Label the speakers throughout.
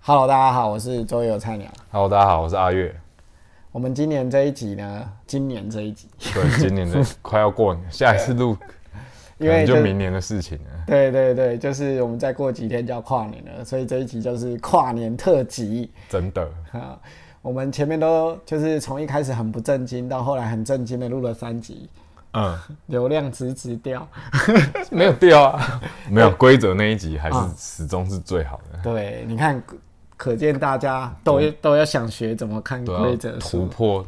Speaker 1: Hello，大家好，我是周游菜鸟。
Speaker 2: Hello，大家好，我是阿月。
Speaker 1: 我们今年这一集呢，今年这一集，
Speaker 2: 对，今年的快要过年，下一次录可
Speaker 1: 因为
Speaker 2: 能就
Speaker 1: 这
Speaker 2: 明年的事情了。
Speaker 1: 对对对，就是我们再过几天就要跨年了，所以这一集就是跨年特辑
Speaker 2: 真的，
Speaker 1: 啊。我们前面都就是从一开始很不正经，到后来很正经的录了三集，
Speaker 2: 嗯，
Speaker 1: 流量直直掉。
Speaker 2: 没有掉啊，没有规则那一集还是
Speaker 1: 嗯
Speaker 2: 始终是最好的。
Speaker 1: 对，你看，可见大家都、都要想学怎么看
Speaker 2: 啊对啊
Speaker 1: 规则书
Speaker 2: 突破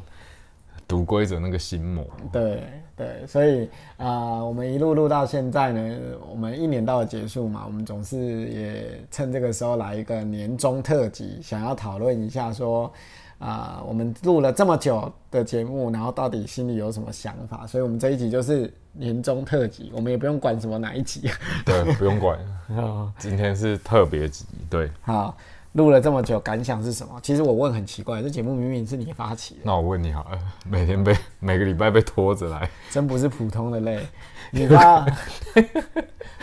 Speaker 2: 读规则那个心魔。
Speaker 1: 对对，所以啊、呃我们一路录到现在呢，我们一年到了结束嘛，我们总是也趁这个时候来一个年终特辑，想要讨论一下说，啊、我们录了这么久的节目，然后到底心里有什么想法？所以我们这一集就是年终特辑，我们也不用管什么哪一集。
Speaker 2: 对，不用 管，
Speaker 1: 哦
Speaker 2: 今天是特别集。对，
Speaker 1: 好，录了这么久，感想是什么？其实我问很奇怪，这节目明明是你发起的，
Speaker 2: 那我问你好了，每天被每个礼拜被拖 着来，
Speaker 1: 真不是普通的累，你看，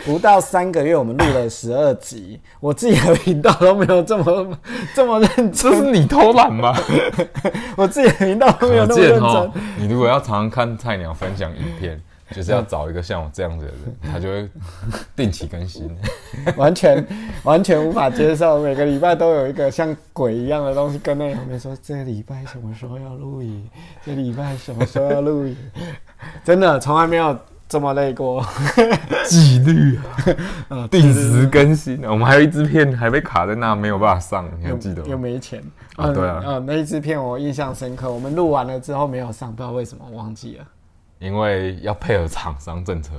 Speaker 1: 不到三个月，我们录了十二集，我自己的频道都没有这么这么认真，
Speaker 2: 这是你偷懒吗？
Speaker 1: 我自己的频道都没有
Speaker 2: 可
Speaker 1: 那么
Speaker 2: 见
Speaker 1: 认
Speaker 2: 哦
Speaker 1: 真。，
Speaker 2: 你如果要常常看菜鸟分享影片，就是要找一个像我这样子的人，他就会定期 更新。
Speaker 1: 完全完全无法接受，每个礼拜都有一个像鬼一样的东西跟在旁边说：“这礼拜什么时候要录影？这礼拜什么时候要录影？”真的从来没有这么累过。呃
Speaker 2: 纪律啊， 定时更新。我们还有一支片还被卡在那，没有办法上，你还
Speaker 1: 又
Speaker 2: 记得
Speaker 1: 又
Speaker 2: 吗？
Speaker 1: 没钱
Speaker 2: 啊对啊
Speaker 1: 嗯嗯，那一支片我印象深刻，我们录完了之后没有上，不知道为什么忘记了。
Speaker 2: 因为要配合厂商政策，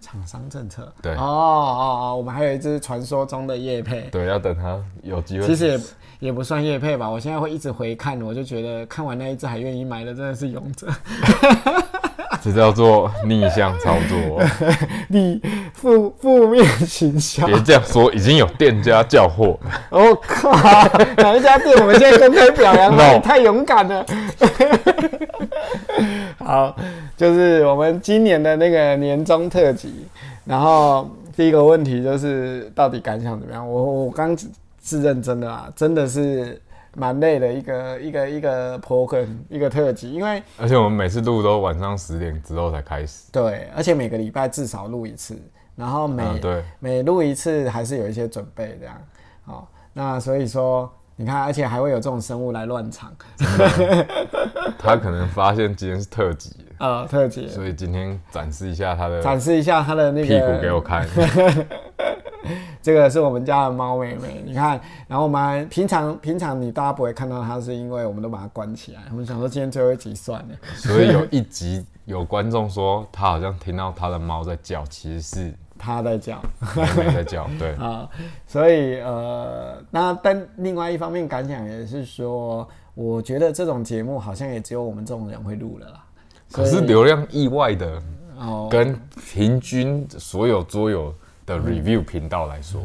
Speaker 1: 厂商政策，
Speaker 2: 对
Speaker 1: 哦哦哦，我们还有一支传说中的叶配，
Speaker 2: 对，要等他有机会。
Speaker 1: 其实也也不算叶配吧。我现在会一直回看，我就觉得看完那一支还愿意买的真的是勇者，
Speaker 2: 这叫做逆向操作。哦
Speaker 1: 你负负面形象，
Speaker 2: 别这样说，已经有店家叫货了，
Speaker 1: 我、哦靠，哪一家店？我们现在公开表扬他，
Speaker 2: No
Speaker 1: 你太勇敢了。 好，就是我们今年的那个年终特辑，然后第一个问题就是到底感想怎么样？我我刚是认真的啦，真的是蛮累的一个一个一个 program 一个特辑，因为
Speaker 2: 而且我们每次录都晚上十点之后才开始。
Speaker 1: 对，而且每个礼拜至少录一次，然后每、
Speaker 2: 嗯，对，
Speaker 1: 每录一次还是有一些准备这样。哦，那所以说你看，而且还会有这种生物来乱场，
Speaker 2: 他可能发现今天是特辑，
Speaker 1: 呃，特辑
Speaker 2: 所以今天展示一下他的
Speaker 1: 展示一下它的那个
Speaker 2: 屁股给 我看。
Speaker 1: 这个是我们家的猫妹妹，你看，然后我们还平常平常你大家不会看到它，是因为我们都把它关起来。我们想说今天最后一集算了，
Speaker 2: 所以有一集有观众说，他好像听到他的猫在叫，其实是
Speaker 1: 它在叫。
Speaker 2: 妹妹 在叫，对。
Speaker 1: 啊，所以呃，那但另外一方面感想也是说，我觉得这种节目好像也只有我们这种人会录了啦。
Speaker 2: 可是流量意外的，
Speaker 1: 哦，嗯
Speaker 2: 跟平均所有桌游的 review 频道来说，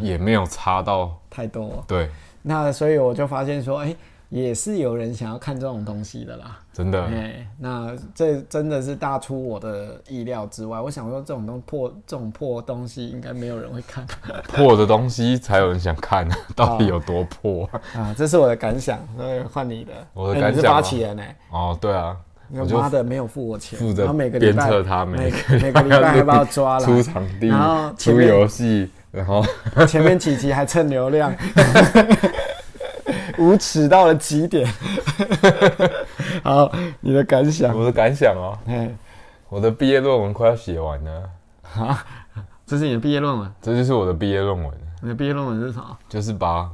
Speaker 2: 也没有差到
Speaker 1: 太多了。
Speaker 2: 对，
Speaker 1: 那所以我就发现说，哎、也是有人想要看这种东西的啦。
Speaker 2: 真
Speaker 1: 哎、
Speaker 2: 的
Speaker 1: 那这真的是大出我的意料之外。我想说，这种东破这种破东西，应该没有人会看
Speaker 2: 破的东西才有人想看， 到底有多破？
Speaker 1: 啊。这是我的感想，所以换你的。
Speaker 2: 我的
Speaker 1: 哎
Speaker 2: 感
Speaker 1: 你是
Speaker 2: 想
Speaker 1: 发
Speaker 2: 吗
Speaker 1: 起人呢、
Speaker 2: 哦，对啊，
Speaker 1: 你
Speaker 2: 我就
Speaker 1: 妈的没有付我钱，
Speaker 2: 负责
Speaker 1: 然后每个礼
Speaker 2: 鞭
Speaker 1: 拜
Speaker 2: 策他每
Speaker 1: 每
Speaker 2: 个
Speaker 1: 每 个礼拜还把我抓
Speaker 2: 出
Speaker 1: 来，
Speaker 2: 场地
Speaker 1: 然后、前
Speaker 2: 出
Speaker 1: 面
Speaker 2: 游戏，然后
Speaker 1: 前面几集还蹭流量， 无耻到了极点。 好，你的感想？
Speaker 2: 我的感想哦，
Speaker 1: 哎，
Speaker 2: 我的毕业论文快要写完了，
Speaker 1: 这是你的毕业论文，
Speaker 2: 这就是我的毕业论文，
Speaker 1: 你的毕业论文是啥？
Speaker 2: 就是把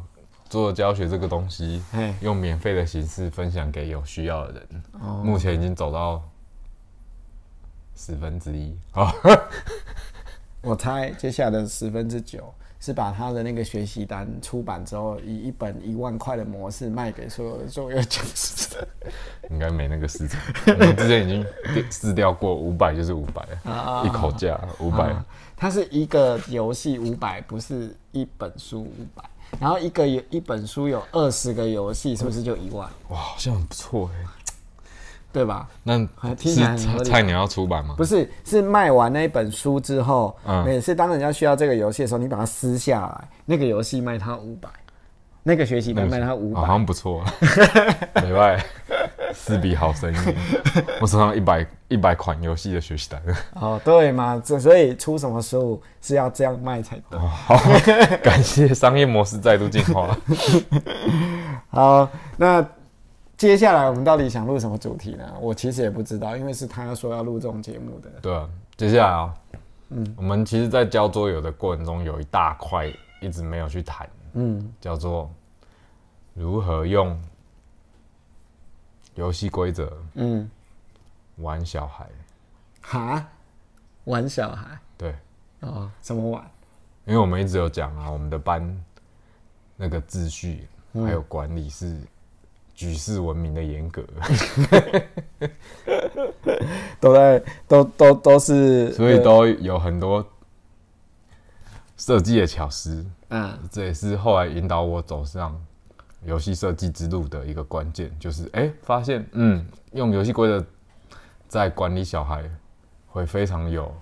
Speaker 2: 桌游教学这个东西
Speaker 1: 哎，
Speaker 2: 用免费的形式分享给有需要的人。
Speaker 1: 哦，
Speaker 2: 目前已经走到十分之一 啊，
Speaker 1: 我猜接下来的十分之九是把他的那个学习单出版之后，以一本一万块的模式卖给所有的所有讲师。
Speaker 2: 应该没那个市场。我们之前已经试掉过五百，就是五百，
Speaker 1: 啊
Speaker 2: 一口价五百。
Speaker 1: 啊它是一个游戏五百，不是一本书五百。然后一个有一本书有二十个游戏，是不是就一万？
Speaker 2: 哇，好像很不错哎。
Speaker 1: 对吧？
Speaker 2: 那
Speaker 1: 还听起来
Speaker 2: 是
Speaker 1: 很合理
Speaker 2: 菜
Speaker 1: 啊
Speaker 2: 菜鸟要出版吗？
Speaker 1: 不是，是卖完那一本书之后，
Speaker 2: 嗯
Speaker 1: 每次当人家需要这个游戏的时候，你把它撕下来，那个游戏卖它五百。那个学期
Speaker 2: 那
Speaker 1: 班
Speaker 2: 个
Speaker 1: 卖到五
Speaker 2: 啊
Speaker 1: 百
Speaker 2: 好，像不错， 没坏，四笔好生意。我手上一百一百款游戏的学习单，
Speaker 1: 哦，对嘛，这所以出什么书是要这样卖才对。
Speaker 2: 好， 感谢商业模式再度进化。
Speaker 1: 好，那接下来我们到底想录什么主题呢？我其实也不知道，因为是他说要录这种节目的。
Speaker 2: 对啊，接下来啊，嗯，我们其实，在教桌游的过程中，有一大块一直没有去谈，
Speaker 1: 嗯，
Speaker 2: 叫做如何用游戏规则，
Speaker 1: 嗯
Speaker 2: 嗯，玩小孩。
Speaker 1: 哈，玩小孩
Speaker 2: 对，
Speaker 1: 哦，怎么玩？
Speaker 2: 因为我们一直有讲啊，我们的班那个秩序还有管理是举世闻名的严格，
Speaker 1: 都在都都都是，呃
Speaker 2: 所以都有很多设计的巧思。
Speaker 1: 嗯
Speaker 2: 这也是后来引导我走上游戏设计之路的一个关键，就是哎、诶发现嗯，用游戏规则在管理小孩会非常有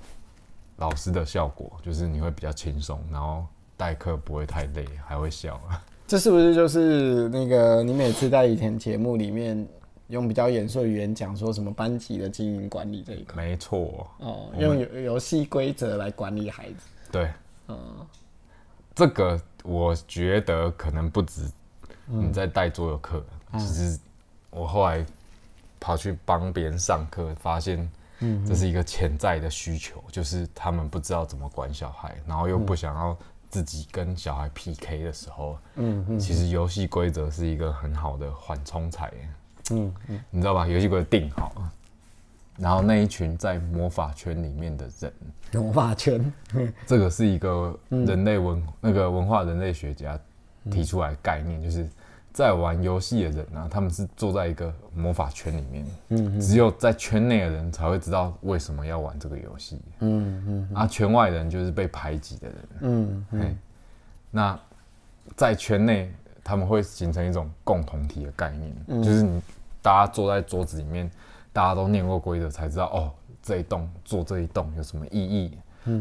Speaker 2: 老师的效果，就是你会比较轻松，然后代课不会太累，还会笑。
Speaker 1: 这是不是就是那个你每次在以前节目里面用比较严肃的语言讲说什么班级的经营管理这一块？
Speaker 2: 没错，
Speaker 1: 哦，用游游戏规则来管理孩子。
Speaker 2: 对，这个我觉得可能不止你在带桌游课，其实我后来跑去帮别人上课，发现这是一个潜在的需求，就是他们不知道怎么管小孩，然后又不想要自己跟小孩 PK 的时候，嗯，其实游戏规则是一个很好的缓冲材，
Speaker 1: 嗯，
Speaker 2: 你知道吧？游戏规则定好，然后那一群在魔法圈里面的人。
Speaker 1: 魔法圈。
Speaker 2: 这个是一个
Speaker 1: 嗯
Speaker 2: 人类文、那个文化人类学家提出来的概念，就是在玩游戏的人啊，他们是坐在一个魔法圈里面，
Speaker 1: 嗯
Speaker 2: 只有在圈内的人才会知道为什么要玩这个游戏，
Speaker 1: 嗯嗯
Speaker 2: 啊，圈外的人就是被排挤的人，
Speaker 1: 嗯
Speaker 2: 哎、那在圈内他们会形成一种共同体的概念，
Speaker 1: 嗯
Speaker 2: 就是你大家坐在桌子里面，大家都念过规则，才知道哦，这一栋做这一栋有什么意义，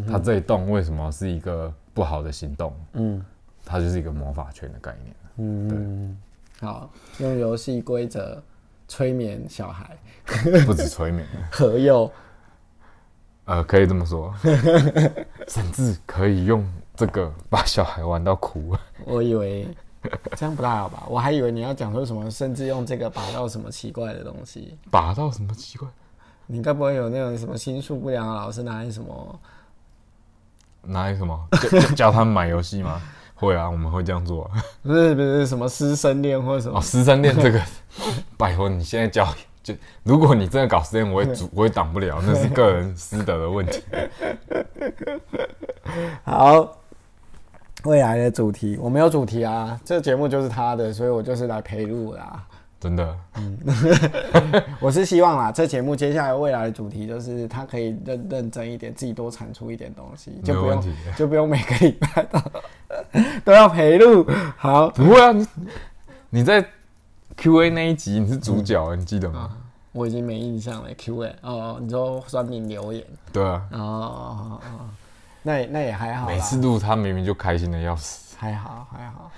Speaker 2: 它这一栋为什么是一个不好的行动，
Speaker 1: 嗯
Speaker 2: 它就是一个魔法圈的概念。
Speaker 1: 嗯，好，用游戏规则催眠小孩，
Speaker 2: 不止催眠，
Speaker 1: 何佑
Speaker 2: 呃，可以这么说， 甚至可以用这个把小孩玩到哭。
Speaker 1: 我以为这样不大好吧？我还以为你要讲说什么，甚至用这个拔到什么奇怪的东西。
Speaker 2: 拔到什么奇怪？
Speaker 1: 你该不会有那种什么心术不良的啊老师拿来什么？
Speaker 2: 哪有什么？叫叫叫他们买游戏吗？ 会啊，我们会这样做啊、
Speaker 1: 不是不是什么师生恋或者什么
Speaker 2: 哦，？师生恋这个，拜托你现在教就，如果你真的搞师生，我也阻，我也挡不了，那是个人师德的问题。哦
Speaker 1: 好，未来的主题我没有主题啊，这节目就是他的，所以我就是来陪录啦、
Speaker 2: 真的，
Speaker 1: 我是希望啦，这节目接下来未来的主题就是他可以认认真一点，自己多产出一点东西，就不
Speaker 2: 没有
Speaker 1: 用
Speaker 2: 问题
Speaker 1: 就不用每个礼拜都都要陪录。好，
Speaker 2: 不会啊，你你在 Q A 那一集你是主角，啊你记得吗？
Speaker 1: 我已经没印象了。Q&A 哦，你说算命留言
Speaker 2: 对啊，
Speaker 1: 哦哦，哦哦那也那也还好啦，
Speaker 2: 每次录他明明就开心的要死，
Speaker 1: 还好还好，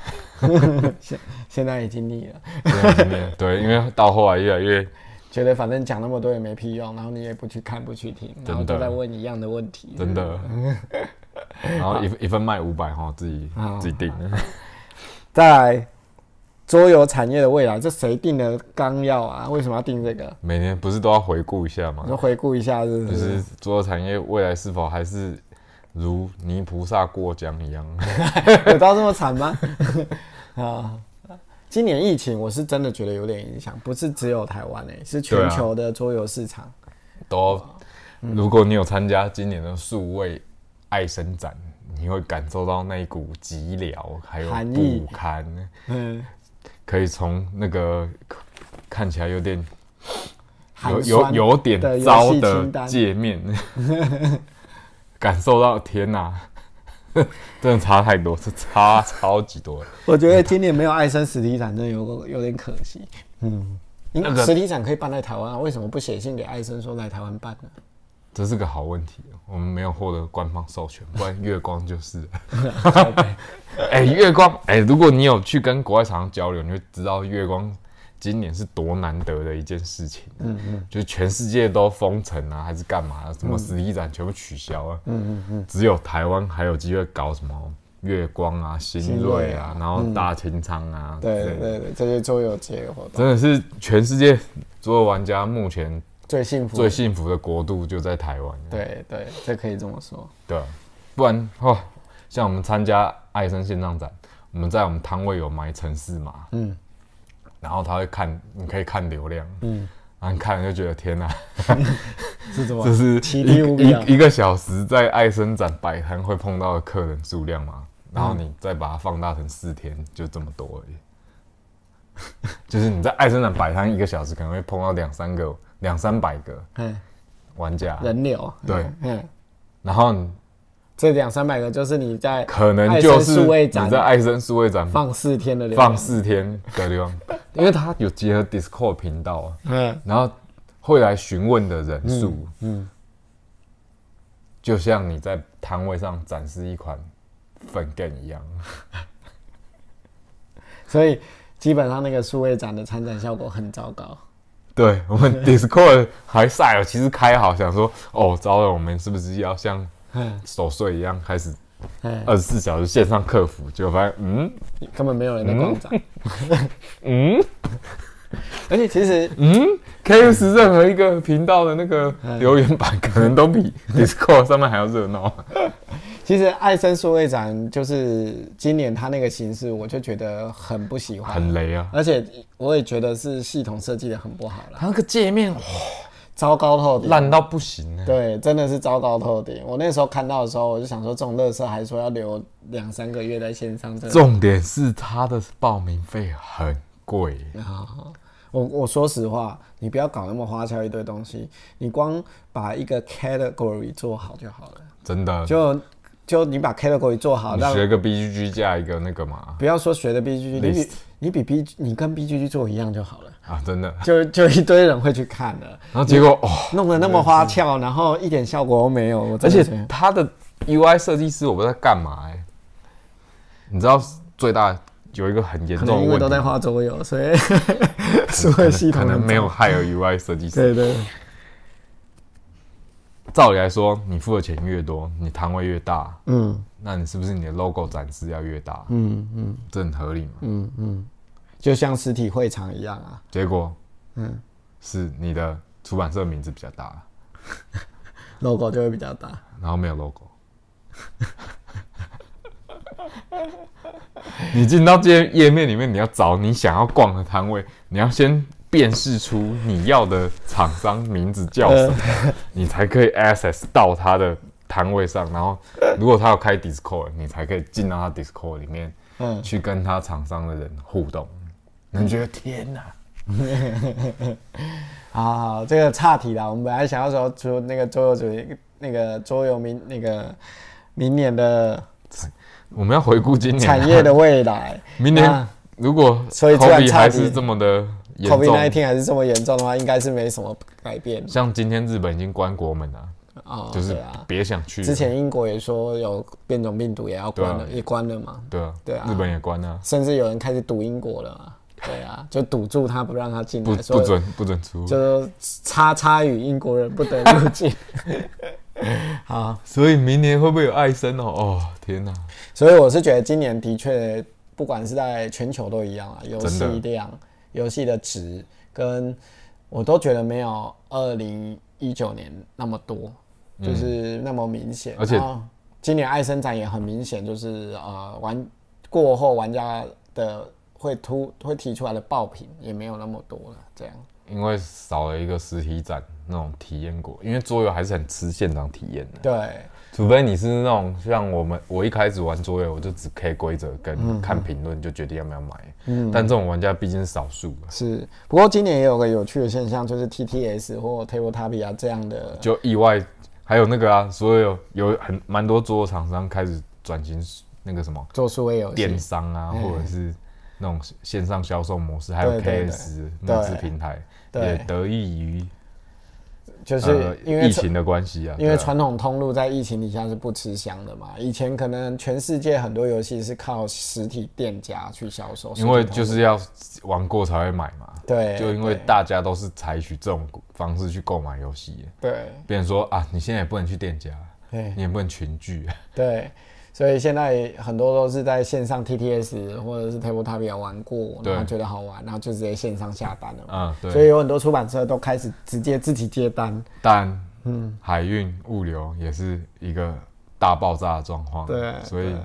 Speaker 1: 现现在已经腻了，
Speaker 2: 这样子念对，因为到后来越来越
Speaker 1: 觉得反正讲那么多也没屁用，然后你也不去看不去听，然后
Speaker 2: 真的
Speaker 1: 都在问一样的问题。
Speaker 2: 真的，然后一一份卖五百哈，自己
Speaker 1: 好
Speaker 2: 自己定，
Speaker 1: 再来，桌游产业的未来，这谁定的纲要啊？为什么要定这个？
Speaker 2: 每年不是都要回顾一下吗
Speaker 1: 我？就回顾一下，是不？
Speaker 2: 就是是桌游产业未来是否还是如泥菩萨过江一样？
Speaker 1: 有到这么惨吗？啊，今年疫情我是真的觉得有点影响，不是只有台湾诶、是
Speaker 2: 对
Speaker 1: 全
Speaker 2: 啊
Speaker 1: 球的桌游市场。
Speaker 2: 都，如果你有参加今年的数位爱生展，你会感受到那一股寂寥，还有
Speaker 1: 寒意
Speaker 2: 不堪，
Speaker 1: 嗯，
Speaker 2: 可以从那个看起来有点有
Speaker 1: 寒
Speaker 2: 有
Speaker 1: 酸
Speaker 2: 有点
Speaker 1: 的游戏
Speaker 2: 糟
Speaker 1: 清单
Speaker 2: 的界面， 感受到天哪、 真的差太多，是差超级多。
Speaker 1: 我觉得今年没有爱生实体展，真的有有点可惜。嗯，因为
Speaker 2: 个
Speaker 1: 实体展可以办在台湾啊，为什么不写信给爱生说来台湾办呢？
Speaker 2: 这是个好问题，我们没有获得官方授 权，不然月光就是了。 哎、月光，哎、如果你有去跟国外厂商交流，你会知道月光今年是多难得的一件事情。嗯嗯，就是全世界都封城啊，还是干嘛、什么实体展全部取消了。嗯嗯嗯，只有台湾还有机会搞什么月光啊、新锐啊，然后大清仓啊、之
Speaker 1: 对
Speaker 2: 类
Speaker 1: 对
Speaker 2: 的
Speaker 1: 对对，这些桌游节的活动
Speaker 2: 真的是全世界所有玩家目前
Speaker 1: 最幸福的，
Speaker 2: 最幸福的国度就在台湾。
Speaker 1: 对对，这可以这么说。
Speaker 2: 对啊，不然哦，像我们参加爱森线上展，我们在我们摊位有买城市码，嗯，然后他会看，你可以看流量，嗯，然后你看了就觉得天哪、
Speaker 1: 是怎么？
Speaker 2: 这是
Speaker 1: 奇
Speaker 2: 一
Speaker 1: 低无比啊
Speaker 2: 一一个小时在爱森展摆摊会碰到的客人数量嘛，然后你再把它放大成四天，就这么多而已。 就是你在爱森展摆摊一个小时，可能会碰到两三个、两三百个
Speaker 1: 嗯，
Speaker 2: 玩家，
Speaker 1: 人流。
Speaker 2: 啊对
Speaker 1: 嗯嗯，
Speaker 2: 然后你
Speaker 1: 这两三百个就是你在
Speaker 2: 可能
Speaker 1: 爱
Speaker 2: 就是
Speaker 1: 森数位
Speaker 2: 你
Speaker 1: 展
Speaker 2: 在爱森数位展
Speaker 1: 放四天的流量
Speaker 2: 放，四天的 流量，因为它有结合 Discord 频道啊，
Speaker 1: 嗯，
Speaker 2: 然后会来询问的人数、嗯，就像你在摊位上展示一款粉 g 一样，
Speaker 1: 所以基本上那个数位展的参展效果很糟糕。
Speaker 2: 对我 们 Discord 还赛尔其实开好，想说哦，糟了，我们是不是要像
Speaker 1: 嗯
Speaker 2: 守岁一样开始
Speaker 1: 嗯，
Speaker 2: 二十四小时线上客服？结果发现，嗯
Speaker 1: 根本没有人在逛展，
Speaker 2: 嗯
Speaker 1: 而且其实
Speaker 2: 嗯，KS 任何一个频道的那个留言板可能都 比 Discord 上面还要热闹。
Speaker 1: 其实爱森数位展就是今年它那个形式，我就觉得很不喜欢，
Speaker 2: 很雷啊！
Speaker 1: 而且我也觉得是系统设计的很不好了，
Speaker 2: 它那个界面哇
Speaker 1: 糟糕透顶。
Speaker 2: 烂到不行呢、
Speaker 1: 对，真的是糟糕透顶。我那时候看到的时候，我就想说，这种乐色还说要留两三个月在线上，这
Speaker 2: 重点是它的报名费很贵，
Speaker 1: 我我说实话，你不要搞那么花俏一堆东西，你光把一个 category 做好就好了。
Speaker 2: 真的。
Speaker 1: 就就你把 category 做好，
Speaker 2: 你
Speaker 1: 让
Speaker 2: 学个 BGG 加一个那个嘛
Speaker 1: 不要说学的 BGG，你
Speaker 2: List
Speaker 1: 比你比 B 你跟 BGG 做一样就好了。
Speaker 2: 啊，真的。
Speaker 1: 就就一堆人会去看的，
Speaker 2: 然后结果哦，
Speaker 1: 弄得那么花俏，然后一点效果都没有。我
Speaker 2: 而
Speaker 1: 真的
Speaker 2: 且
Speaker 1: 觉得
Speaker 2: 它的 UI 设计师我不知道在干嘛哎、你知道最大有一个很严
Speaker 1: 可
Speaker 2: 重
Speaker 1: 能因
Speaker 2: 的
Speaker 1: 为
Speaker 2: 问
Speaker 1: 都在
Speaker 2: 题，
Speaker 1: 画桌游， 所以所有系统
Speaker 2: 可能
Speaker 1: 很
Speaker 2: 没有 hire UI 设计师。
Speaker 1: 对对
Speaker 2: 照理来说，你付的钱越多，你摊位越大，
Speaker 1: 嗯
Speaker 2: 那你是不是你的 logo 展示要越大？
Speaker 1: 嗯嗯，
Speaker 2: 这很合理嘛？
Speaker 1: 就像实体会场一样啊，
Speaker 2: 结果，是你的出版社名字比较大，
Speaker 1: ，logo 就会比较大。
Speaker 2: 然后没有 logo。你进到这页面里面，你要找你想要逛的摊位，你要先辨识出你要的厂商名字叫什么，
Speaker 1: 呃
Speaker 2: 你才可以 access 到他的摊位上。然后，如果他有开 Discord，你才可以进到他 Discord 里面
Speaker 1: 嗯，
Speaker 2: 去跟他厂商的人互动。你觉得天哪，
Speaker 1: 好 好，好这个岔题啦。我们本来想要说，除那个桌游主题，那个桌游明那个明年的
Speaker 2: 我们要回顾今年啊
Speaker 1: 产业的未来。
Speaker 2: 明年
Speaker 1: 那
Speaker 2: 如果
Speaker 1: 所以突然
Speaker 2: COVID
Speaker 1: 差
Speaker 2: 还
Speaker 1: 别
Speaker 2: 是这么的严
Speaker 1: COVID
Speaker 2: 重，
Speaker 1: 19还是这么严重的话，应该是没什么改变
Speaker 2: 像今天日本已经关国门了，
Speaker 1: 哦。
Speaker 2: 就是
Speaker 1: 对啊，
Speaker 2: 别想去了。
Speaker 1: 之前英国也说有变种病毒也要关了，
Speaker 2: 对啊
Speaker 1: 也关了嘛，
Speaker 2: 对啊，
Speaker 1: 对啊
Speaker 2: 日本也关了，
Speaker 1: 甚至有人开始堵英国了嘛，对啊，就堵住他不让他进
Speaker 2: 不
Speaker 1: 来，说
Speaker 2: 不准不准出。
Speaker 1: 就叉叉与英国人不得入境。好，
Speaker 2: 所以明年会不会有爱生哦？哦，天哪！
Speaker 1: 所以我是觉得今年的确，不管是在全球都一样啊，游戏
Speaker 2: 真的
Speaker 1: 量、游戏的值跟我都觉得没有二零一九年那么多，就是那么明显。
Speaker 2: 嗯而且
Speaker 1: 然后今年爱生展也很明显，就是呃玩过后玩家的会突会提出来的爆品也没有那么多了，这样。
Speaker 2: 因为少了一个实体展那种体验过，因为桌游还是很吃现场体验的，
Speaker 1: 对，
Speaker 2: 除非你是那种像我们，我一开始玩桌游，我就只 K 规则
Speaker 1: 嗯
Speaker 2: 跟看评论就决定要不要买。但这种玩家毕竟是少数啊，
Speaker 1: 是。不过今年也有个有趣的现象，就是 TTS 或 Tabletopia 这样的
Speaker 2: 就意外，还有那个啊，所有有很蛮多桌游厂商开始转型那个什么
Speaker 1: 做数位游戏
Speaker 2: 电商啊，
Speaker 1: 嗯
Speaker 2: 或者是那种线上销售模式，还有
Speaker 1: 对对对
Speaker 2: KS 募资平台
Speaker 1: 对
Speaker 2: 也得益于
Speaker 1: 就是因为
Speaker 2: 呃疫情的关系啊，
Speaker 1: 因为
Speaker 2: 对啊
Speaker 1: 传统通路在疫情底下是不吃香的嘛。以前可能全世界很多游戏是靠实体店家去销售，
Speaker 2: 因为
Speaker 1: 实体通
Speaker 2: 就
Speaker 1: 路
Speaker 2: 是要玩过才会买嘛，
Speaker 1: 对，
Speaker 2: 就因为
Speaker 1: 对
Speaker 2: 大家都是采取这种方式去购买游戏，
Speaker 1: 对
Speaker 2: 别人说啊，你现在也不能去店家，
Speaker 1: 对
Speaker 2: 你也不能群聚，
Speaker 1: 对，所以现在很多都是在线上 TTS 或者是 Tabletop 有玩过，然后
Speaker 2: 对
Speaker 1: 觉得好玩，然后就直接线上下单了嘛。
Speaker 2: 嗯，
Speaker 1: 所以
Speaker 2: 对，
Speaker 1: 有很多出版社都开始直接自己接单，
Speaker 2: 但
Speaker 1: 嗯
Speaker 2: 海运物流也是一个大爆炸的状况，
Speaker 1: 对，
Speaker 2: 所以
Speaker 1: 对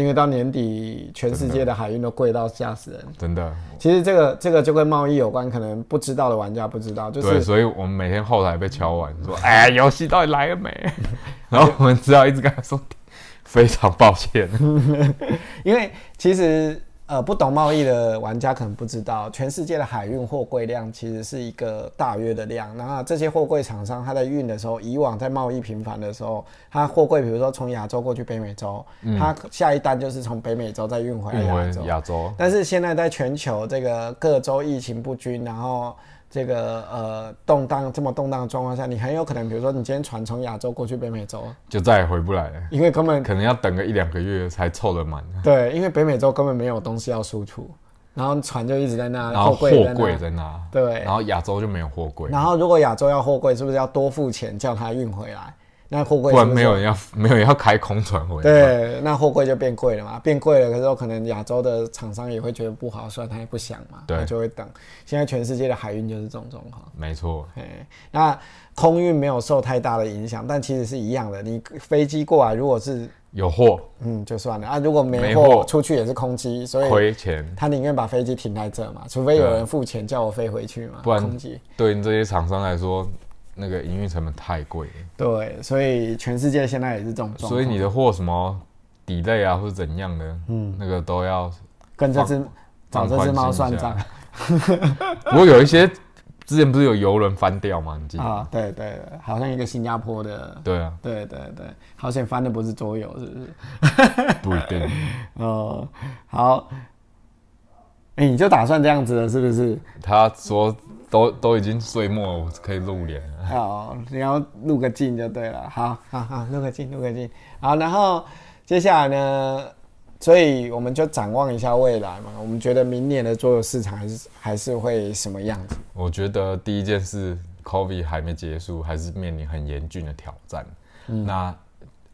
Speaker 1: 因为到年底全世界的海运都贵到吓死人。
Speaker 2: 真的，
Speaker 1: 其实这个这个就跟贸易有关，可能不知道的玩家不知道，就
Speaker 2: 对，
Speaker 1: 是
Speaker 2: 所以我们每天后台被敲完 说，哎，游戏到底来了没？然后我们只好一直跟他说，非常 抱歉，
Speaker 1: 因为其实呃不懂贸易的玩家可能不知道，全世界的海运货柜量其实是一个大约的量。那这些货柜厂商它在运的时候，以往在贸易频繁的时候，它货柜比如说从亚洲过去北美洲，它下一单就是从北美洲再运回来
Speaker 2: 运
Speaker 1: 亚
Speaker 2: 回
Speaker 1: 洲。
Speaker 2: 亚洲，
Speaker 1: 但是现在在全球这个各州疫情不均，然后这个呃动荡这么动荡的状况下，你很有可能，比如说你今天船从亚洲过去北美洲，
Speaker 2: 就再也回不来了。
Speaker 1: 因为根本
Speaker 2: 可能要等个一两个月才凑得满，
Speaker 1: 对，因为北美洲根本没有东西要输出，然后船就一直在那，
Speaker 2: 然后
Speaker 1: 货
Speaker 2: 货
Speaker 1: 在
Speaker 2: 柜
Speaker 1: 那。
Speaker 2: 在那，
Speaker 1: 对
Speaker 2: 然后亚洲就没有货柜，
Speaker 1: 然后如果亚洲要货柜，是不是要多付钱叫它运回来？那货柜
Speaker 2: 不然
Speaker 1: 是不
Speaker 2: 没
Speaker 1: 是
Speaker 2: 有人要 没有人要开空船回来，，
Speaker 1: 对，那货柜就变贵了嘛，变贵了，可是可能亚洲的厂商也会觉得不划算，他也不想嘛，
Speaker 2: 对
Speaker 1: 他就会等。现在全世界的海运就是这种状况。
Speaker 2: 没错，
Speaker 1: 哎，那空运没有受太大的影响，但其实是一样的。你飞机过来，如果是
Speaker 2: 有货
Speaker 1: 嗯就算了啊，如果没
Speaker 2: 没
Speaker 1: 货
Speaker 2: 货
Speaker 1: 出去也是空机，所以
Speaker 2: 亏钱，
Speaker 1: 他宁愿把飞机停在这嘛，除非有人付钱叫我飞回去嘛，
Speaker 2: 不然
Speaker 1: 空机。
Speaker 2: 对于这些厂商来说，那个营运成本太贵了，
Speaker 1: 对，所以全世界现在也是这种状况，
Speaker 2: 所以你的货什么 delay 啊或者怎样的，
Speaker 1: 嗯
Speaker 2: 那个都要。
Speaker 1: 跟这只找
Speaker 2: 放
Speaker 1: 这只猫
Speaker 2: 放宽
Speaker 1: 算
Speaker 2: 心一下
Speaker 1: 账
Speaker 2: 不过有一些之前不是有游轮翻掉吗？你记得？
Speaker 1: 啊，对对对，好像一个新加坡的，
Speaker 2: 对啊，
Speaker 1: 对对对，好险翻的不是桌游，是不是？
Speaker 2: 不一定。
Speaker 1: 哦，好，哎、你就打算这样子了，是不是？
Speaker 2: 他说都都已经岁末了，我可以露脸了。
Speaker 1: 好，你要录个镜就对了。好，好好，录个镜，录个镜。好，然后接下来呢，所以我们就展望一下未来嘛。我们觉得明年的桌游市场还是还是会什么样子？
Speaker 2: 我觉得第一件事，COVID 还没结束，还是面临很严峻的挑战。
Speaker 1: 嗯
Speaker 2: 那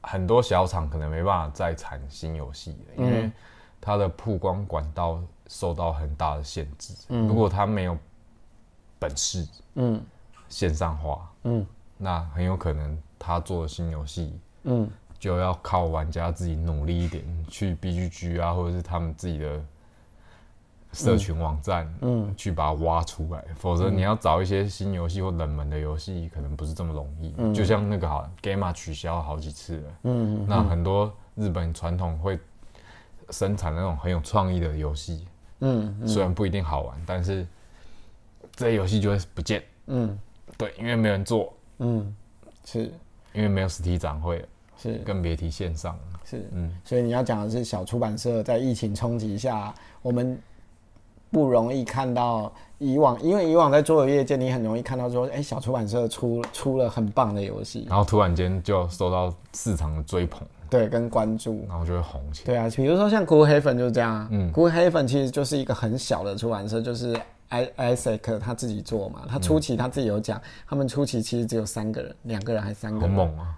Speaker 2: 很多小厂可能没办法再产新游戏了，
Speaker 1: 嗯
Speaker 2: 因为它的曝光管道受到很大的限制。如果它没有本事
Speaker 1: 嗯
Speaker 2: 线上化，
Speaker 1: 嗯
Speaker 2: 那很有可能它做的新游戏
Speaker 1: 嗯
Speaker 2: 就要靠玩家自己努力一点，去 BGG 啊，或者是他们自己的社群网站，
Speaker 1: 嗯
Speaker 2: 去把它挖出来。否则你要找一些新游戏或冷门的游戏，可能不是这么容易。就像那个好 Gamma 取消好几次了，
Speaker 1: 嗯，
Speaker 2: 那很多日本传统会生产那种很有创意的游戏，
Speaker 1: 嗯
Speaker 2: 虽然不一定好玩，但是这些游戏就会不见。
Speaker 1: 嗯
Speaker 2: 对，因为没人做，
Speaker 1: 嗯，是
Speaker 2: 因为没有实体展会了，
Speaker 1: 是
Speaker 2: 更别提线上了。
Speaker 1: 是，
Speaker 2: 嗯
Speaker 1: 所以你要讲的是小出版社在疫情冲击下，我们不容易看到以往，因为以往在桌游业界，你很容易看到说，哎、小出版社出出了很棒的游戏，
Speaker 2: 然后突然间就受到市场的追捧，
Speaker 1: 对，跟关注，
Speaker 2: 然后就会红起来。
Speaker 1: 对啊，比如说像 Cool Haven 就是这样啊。嗯
Speaker 2: 嗯
Speaker 1: ，Cool Haven 其实就是一个很小的出版社，就是 I Isaac 他自己做
Speaker 2: 嗯
Speaker 1: 嘛。他初期他自己有讲，他们初期其实只有三个人，两个人还三个
Speaker 2: 好
Speaker 1: 人。
Speaker 2: 猛啊！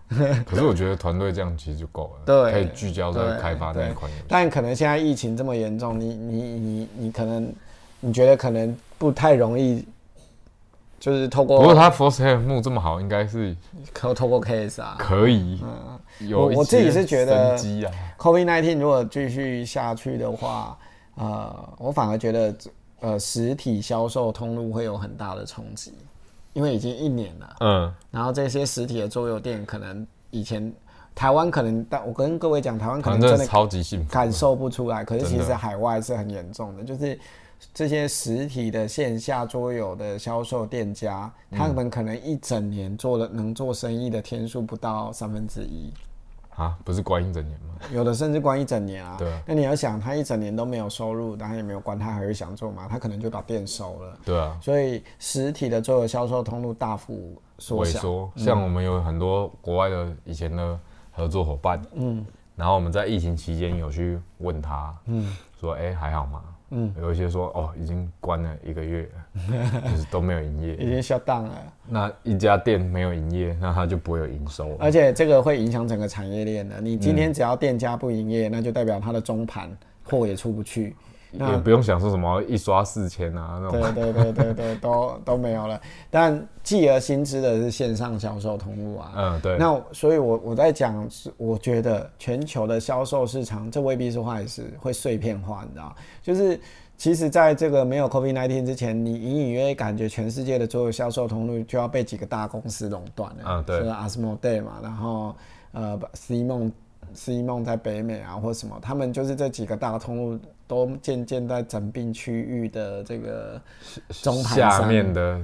Speaker 2: 可是我觉得团队这样其实就够了，
Speaker 1: 对
Speaker 2: 可以聚焦在开发那一款游戏。
Speaker 1: 但可能现在疫情这么严重，你你你你可能你觉得可能不太容易，就是透
Speaker 2: 不过
Speaker 1: 过
Speaker 2: 他 Force Head 幕这么好，应该是
Speaker 1: 可透过 case 啊。
Speaker 2: 可以有一
Speaker 1: 我我自己是
Speaker 2: 些
Speaker 1: 觉得
Speaker 2: 生机啊，
Speaker 1: COVID 19如果继续下去的话，呃，我反而觉得呃实体销售通路会有很大的冲击，因为已经一年了，
Speaker 2: 嗯，
Speaker 1: 然后这些实体的桌游店可能以前台湾可能，但我跟各位讲，台湾可
Speaker 2: 反
Speaker 1: 能
Speaker 2: 正
Speaker 1: 真
Speaker 2: 真
Speaker 1: 的
Speaker 2: 的超级幸福。
Speaker 1: 感受不出来，可是其
Speaker 2: 真
Speaker 1: 实
Speaker 2: 的
Speaker 1: 海外是很严重的，就是这些实体的线下桌游的销售店家，他们可能一整年做了能做生意的天数不到三分之一。
Speaker 2: 啊，不是关一整年吗？
Speaker 1: 有的甚至关一整年啊。
Speaker 2: 对啊
Speaker 1: 那你要想，他一整年都没有收入，然后也没有关，他还会想做吗？他可能就把店收了。
Speaker 2: 对啊，
Speaker 1: 所以实体的桌游销售通路大幅缩
Speaker 2: 萎
Speaker 1: 小。嗯
Speaker 2: 缩。像我们有很多国外的以前的合作伙伴，嗯，然后我们在疫情期间有去问他，嗯，说哎、还好吗？嗯，有一些说哦已经关了一个月 了，就是都没有营
Speaker 1: 已
Speaker 2: 业。
Speaker 1: 经 shut down 了，
Speaker 2: 那一家店没有营业，那他就不会有营收。
Speaker 1: 而且这个会影响整个产业链的。你今天只要店家不营业，那就代表他的中盘货也出不去。
Speaker 2: 也不用想说什么一刷四千啊那种，
Speaker 1: 对对对对对，都都没有了。但继而新之的是线上销售通路啊。
Speaker 2: 嗯，对，
Speaker 1: 那所以我，我在讲是，我觉得全球的销售市场，这未必是坏事，会碎片化，你知道？就是其实在这个没有 COVID-19 之前，你隐隐约约感觉全世界的所有销售通路就要被几个大公司垄断了。
Speaker 2: 啊对
Speaker 1: 是 Asmodee 嘛，然后呃，C 梦。C 梦在北美啊，或什么，他们就是这几个大通路都渐渐在整并区域的这个中盘
Speaker 2: 下
Speaker 1: 商
Speaker 2: 面的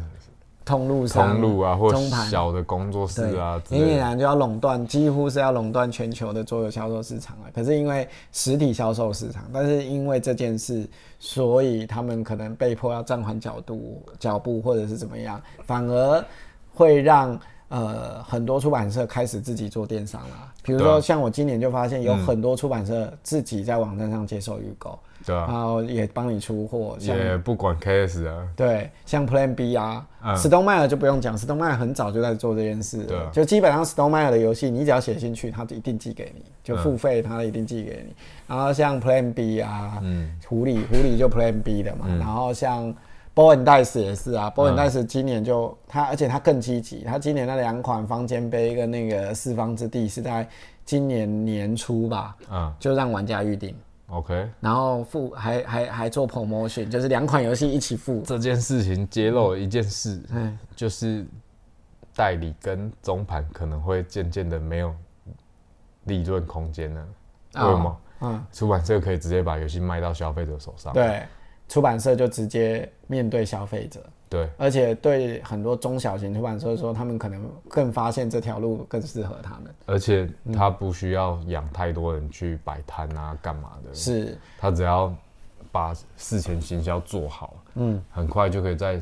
Speaker 1: 通路上、
Speaker 2: 通路啊，或
Speaker 1: 中盘
Speaker 2: 小的工作室
Speaker 1: 对
Speaker 2: 啊之
Speaker 1: 你
Speaker 2: 类
Speaker 1: 显
Speaker 2: 的，
Speaker 1: 然就要垄断，几乎是要垄断全球的桌游销售市场了。啊可是因为实体销售市场，但是因为这件事，所以他们可能被迫要暂缓角度脚步，或者是怎么样，反而会让。呃，很多出版社开始自己做电商啦，比如
Speaker 2: 对
Speaker 1: 说
Speaker 2: 啊嗯
Speaker 1: 像我今年就发现有很多出版社自己在网站上接受预购，
Speaker 2: 对
Speaker 1: 然
Speaker 2: 啊，
Speaker 1: 后也帮你出货，像
Speaker 2: 也不管 KS 啊，
Speaker 1: 对，像 Plan B 啊，
Speaker 2: 嗯
Speaker 1: 史东迈尔就不用讲，史东迈尔很早就在做这件事了。
Speaker 2: 对啊
Speaker 1: 就基本上史东迈尔的游戏，你只要写进去，他就一定寄给你，就付费，他一定寄给
Speaker 2: 嗯
Speaker 1: 你。然后像 Plan B 啊，狐狸狐狸就 Plan B 的
Speaker 2: 嗯
Speaker 1: 嘛，然后像。Bowen Dice 也是啊，Bowen Dice 今年就、他，而且他更积极，他今年那两款方尖碑跟那个四方之地是在今年年初吧，
Speaker 2: 嗯
Speaker 1: 就让玩家预定，
Speaker 2: ，OK，
Speaker 1: 然后付还还还做 promotion，就是两款游戏一起付，
Speaker 2: 这件事情揭露了一件事，就是代理跟中盘可能会渐渐的没有利润空间了。为
Speaker 1: 哦
Speaker 2: 什么？
Speaker 1: 嗯，
Speaker 2: 出版社可以直接把游戏卖到消费者手上。
Speaker 1: 对，出版社就直接面对消费者，
Speaker 2: 对
Speaker 1: 而且对很多中小型出版社说，他们可能更发现这条路更适合他们。
Speaker 2: 而且
Speaker 1: 嗯
Speaker 2: 他不需要养太多人去摆摊啊，干嘛的？
Speaker 1: 是，
Speaker 2: 他只要把事前行销做好，嗯，很快就可以在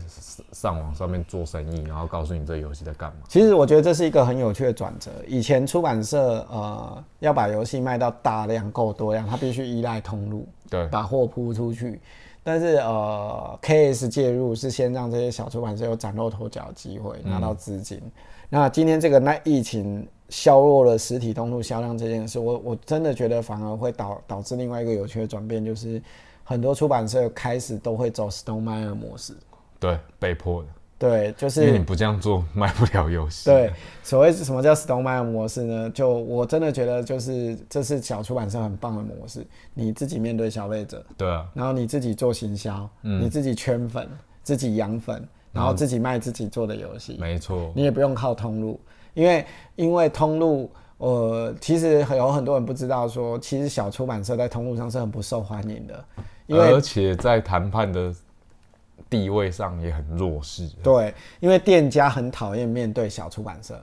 Speaker 2: 上网上面做生意，然后告诉你这游戏在干嘛。
Speaker 1: 其实我觉得这是一个很有趣的转折。以前出版社呃要把游戏卖到大量够多量，它必须依赖通路，
Speaker 2: 对
Speaker 1: 把货铺出去。但是呃，KS 介入是先让这些小出版社有崭露头角的机会，拿到资金。那今天这个那疫情削弱了实体通路销量这件事，我我真的觉得反而会导导致另外一个有趣的转变，就是很多出版社开始都会走 s t o n e m a y e r 模式。
Speaker 2: 对，被迫的，
Speaker 1: 对，就
Speaker 2: 因为你
Speaker 1: 是
Speaker 2: 不这样做，卖不了游戏。
Speaker 1: 对，所谓什么叫 s t o n e m a y e r 模式呢？就我真的觉得就是这是小出版社很棒的模式，你自己面对消费者，
Speaker 2: 对啊，
Speaker 1: 然后你自己做行销，
Speaker 2: 嗯
Speaker 1: 你自己圈粉，自己养粉，然后自己卖自己做的游戏，
Speaker 2: 没错，
Speaker 1: 你也不用靠通路，因为因为通路，呃，其实有很多人不知道说，其实小出版社在通路上是很不受欢迎的，因为
Speaker 2: 而且在谈判的地位上也很弱势。
Speaker 1: 对，因为店家很讨厌面对小出版社，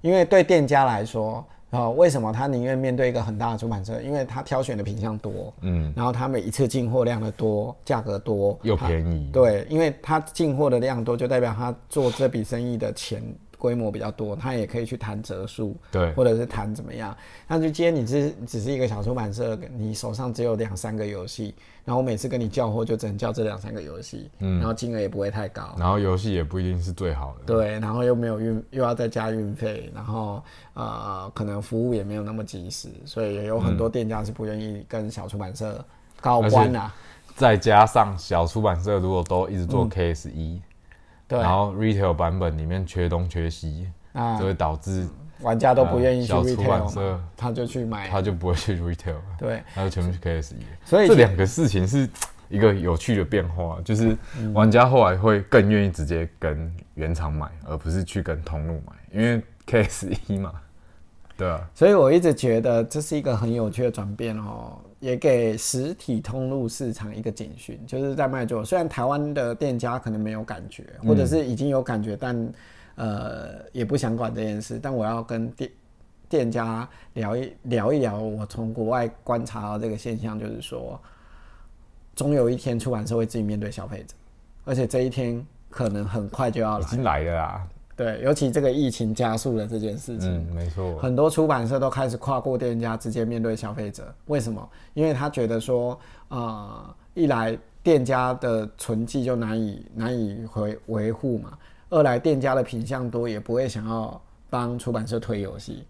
Speaker 1: 因为对店家来说，啊、为什么他宁愿面对一个很大的出版社？因为他挑选的品相多，嗯，然后他每一次进货量的多，价格多，
Speaker 2: 又
Speaker 1: 他
Speaker 2: 便宜
Speaker 1: 对，因为他进货的量多，就代表他做这笔生意的钱。规模比较多，他也可以去谈折数，
Speaker 2: 对
Speaker 1: 或者是谈怎么样。那就今天你只只是一个小出版社，你手上只有两三个游戏，然后我每次跟你叫货就只能叫这两三个游戏，
Speaker 2: 嗯
Speaker 1: 然后金额也不会太高，
Speaker 2: 然后游戏也不一定是最好的。
Speaker 1: 对，然后又没有运，又要再加运费，然后呃，可能服务也没有那么及时，所以有很多店家是不愿意跟小出版社告
Speaker 2: 嗯而且
Speaker 1: 官啊。
Speaker 2: 再加上小出版社如果都一直做 KS 一、
Speaker 1: 嗯对，
Speaker 2: 然后 retail 版本里面缺东缺西，
Speaker 1: 啊
Speaker 2: 就会导致
Speaker 1: 玩家都不愿意
Speaker 2: 呃
Speaker 1: 去
Speaker 2: 小出版
Speaker 1: retail，
Speaker 2: 社
Speaker 1: 嘛他就去买。
Speaker 2: 他就不会去 retail，了
Speaker 1: 对，
Speaker 2: 他就全部去 E KS 一。
Speaker 1: 所以
Speaker 2: 这两个事情是一个有趣的变化，就是玩家后来会更愿意直接跟原厂买，而不是去跟通路买，因为 KS 一嘛，对啊，
Speaker 1: 所以我一直觉得这是一个很有趣的转变哦，也给实体通路市场一个警讯，就是在卖桌。虽然台湾的店家可能没有感觉，或者是已经有感觉，但呃也不想管这件事。但我要跟店店家聊一聊一聊，我从国外观察到这个现象，就是说，终有一天出版社会自己面对消费者，而且这一天可能很快就要
Speaker 2: 已
Speaker 1: 来。
Speaker 2: 经来了啦。
Speaker 1: 对，尤其这个疫情加速了这件事情，
Speaker 2: 嗯，没错，
Speaker 1: 很多出版社都开始跨过店家，直接面对消费者。为什么？因为他觉得说，呃，一来店家的存寄就难以难以回维护嘛，二来店家的品相多，也不会想要帮出版社推游戏。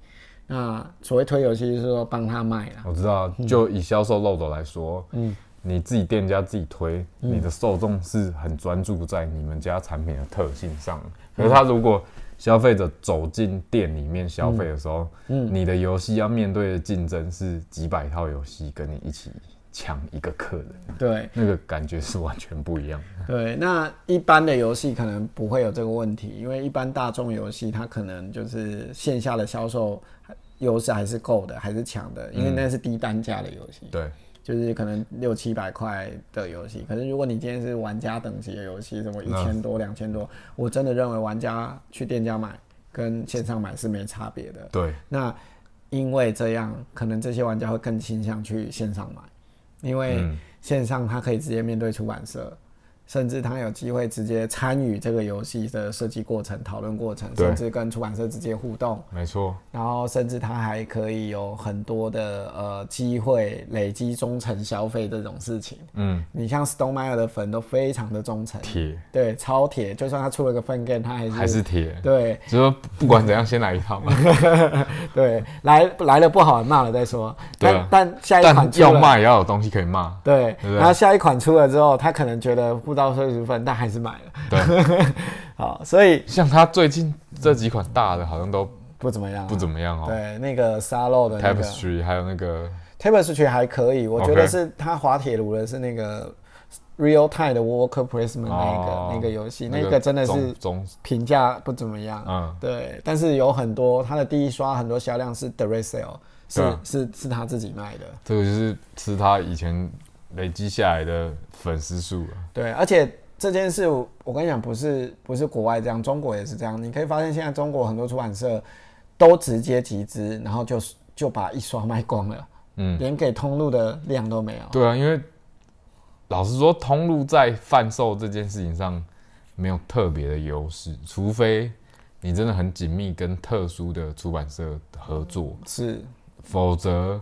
Speaker 1: 那所谓推游戏，就是说帮他卖啦。
Speaker 2: 我知道。就以销售漏斗来说，嗯，你自己店家自己推，你的受众是很专注在你们家产品的特性上。可是他如果消费者走进店里面消费的时候，你的游戏要面对的竞争是几百套游戏跟你一起抢一个客人，
Speaker 1: 对
Speaker 2: 那个感觉是完全不一样的。
Speaker 1: 对，那一般的游戏可能不会有这个问题，因为一般大众游戏它可能就是线下的销售优势还是够的，还是强的，因为那是低单价的游戏。
Speaker 2: 对，
Speaker 1: 就是可能六七百块的游戏，可是如果你今天是玩家等级的游戏，什么一
Speaker 2: 那
Speaker 1: 千多、两千多，我真的认为玩家去店家买跟线上买是没差别的。
Speaker 2: 对，
Speaker 1: 那因为这样，可能这些玩家会更倾向去线上买，因为
Speaker 2: 嗯
Speaker 1: 线上他可以直接面对出版社，甚至他有机会直接参与这个游戏的设计过程、讨论过程，
Speaker 2: 对
Speaker 1: 甚至跟出版社直接互动。
Speaker 2: 没错，
Speaker 1: 然后甚至他还可以有很多的呃机会累积忠诚消费这种事情。
Speaker 2: 嗯，
Speaker 1: 你像 Stone Meyer 的粉都非常的忠诚，
Speaker 2: 铁
Speaker 1: 对，超铁，就算他出了个粪 game，他还是
Speaker 2: 还是铁，
Speaker 1: 对
Speaker 2: 就说不管怎样先来一套嘛，
Speaker 1: 对，来来了不好玩骂了再说。
Speaker 2: 对
Speaker 1: 但
Speaker 2: 啊
Speaker 1: 但下一款
Speaker 2: 但
Speaker 1: 出
Speaker 2: 要
Speaker 1: 了
Speaker 2: 骂也要有东西可以骂。
Speaker 1: 对，
Speaker 2: 不对
Speaker 1: 然后下一款出了之后，他可能觉得不到三十分，但还是买了。
Speaker 2: 对，
Speaker 1: 好，所以
Speaker 2: 像他最近这几款大的好像都
Speaker 1: 不怎么样啊、
Speaker 2: 不怎么样哦
Speaker 1: 对，那个沙漏的那个
Speaker 2: ，Tapestry 还有那个
Speaker 1: Tapestry 还可以，我觉得
Speaker 2: OK
Speaker 1: 是他滑铁卢的是那个 Real Time 的 Worker Placement 那个、
Speaker 2: 哦
Speaker 1: 那个游戏，那个真的是
Speaker 2: 中中
Speaker 1: 评价不怎么样。
Speaker 2: 嗯
Speaker 1: 对，但是有很多他的第一刷很多销量是 d e r e s a l 是、
Speaker 2: 对啊
Speaker 1: 是是他自己卖的。
Speaker 2: 这个就是吃他以前累积下来的粉丝数啊，
Speaker 1: 对，而且这件事我我跟你讲，不是不是国外这样，中国也是这样。你可以发现现在中国很多出版社都直接集资，然后就就把一刷卖光了，
Speaker 2: 嗯，
Speaker 1: 连给通路的量都没有。
Speaker 2: 对啊，因为老实说，通路在贩售这件事情上没有特别的优势，除非你真的很紧密跟特殊的出版社合作，
Speaker 1: 是，
Speaker 2: 否则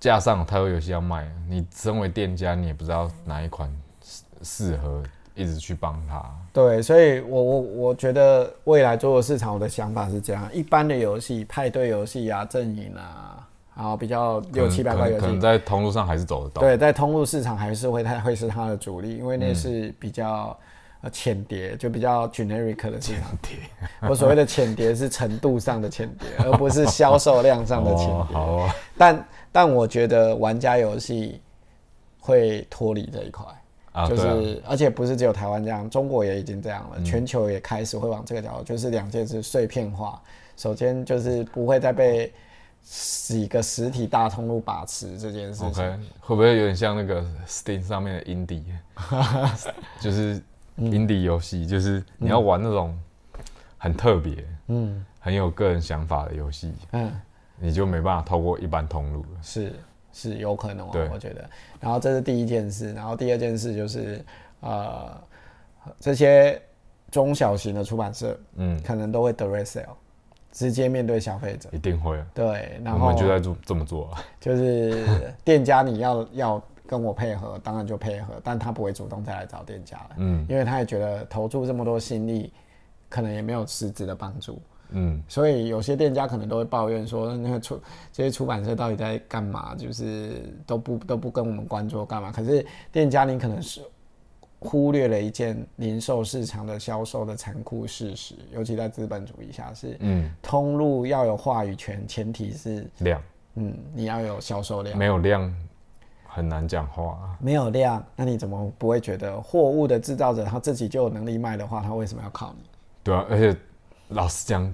Speaker 2: 架上有太多游戏要卖，你身为店家，你也不知道哪一款适适合一直去帮他。
Speaker 1: 对，所以我我我觉得未来做的市场，我的想法是这样：一般的游戏、派对游戏啊、阵营啊，然后比较六七百
Speaker 2: 可
Speaker 1: 块
Speaker 2: 能
Speaker 1: 游
Speaker 2: 可能
Speaker 1: 戏，
Speaker 2: 在通路上还是走得到。
Speaker 1: 对，在通路市场还是会它会是它的主力，因为
Speaker 2: 嗯
Speaker 1: 那是比较呃浅碟，就比较 generic 的市场。
Speaker 2: 对，
Speaker 1: 我所谓的浅碟是程度上的浅碟，而不是销售量上的浅
Speaker 2: 哦，
Speaker 1: 碟。
Speaker 2: 好哦，
Speaker 1: 但但我觉得玩家游戏会脱离这一块。
Speaker 2: 啊，
Speaker 1: 就
Speaker 2: 对啊，嗯
Speaker 1: 是，而且不是只有台湾这样，中国也已经这样了，全球也开始会往这个角度，就是两件事碎片化。首先就是不会再被几个实体大通路把持这件事
Speaker 2: OK，
Speaker 1: 情。
Speaker 2: 会不会有点像那个 Steam 上面的 Indie，就是
Speaker 1: 嗯
Speaker 2: Indie 游戏，就是你要玩那种很特别、
Speaker 1: 嗯
Speaker 2: 很有个人想法的游戏，
Speaker 1: 嗯，
Speaker 2: 你就没办法透过一般通路了。
Speaker 1: 是是有可能、哦
Speaker 2: 对，
Speaker 1: 我觉得。然后这是第一件事，然后第二件事就是呃，这些中小型的出版社
Speaker 2: 嗯，
Speaker 1: 可能都会 direct sale，直接面对消费者。
Speaker 2: 一定会啊，
Speaker 1: 对，然
Speaker 2: 我
Speaker 1: 后
Speaker 2: 们就在做这么做啊。
Speaker 1: 就是店家你要要跟我配合，当然就配合，但他不会主动再来找店家了，
Speaker 2: 嗯
Speaker 1: 因为他也觉得投注这么多心力，可能也没有实质的帮助，
Speaker 2: 嗯，
Speaker 1: 所以有些店家可能都会抱怨说，那个出这些出版社到底在干嘛？就是都不都不跟我们关注干嘛？可是店家你可能是。忽略了一件零售市场的销售的残酷事实，尤其在资本主义下是，
Speaker 2: 嗯，
Speaker 1: 通路要有话语权，前提是，
Speaker 2: 量
Speaker 1: 嗯，你要有销售量
Speaker 2: 没。有量很难讲话啊。
Speaker 1: 没有量，那你怎么不会觉得货物的制造者他自己就有能力卖的话，他为什么要靠你？
Speaker 2: 对啊，而且老实讲，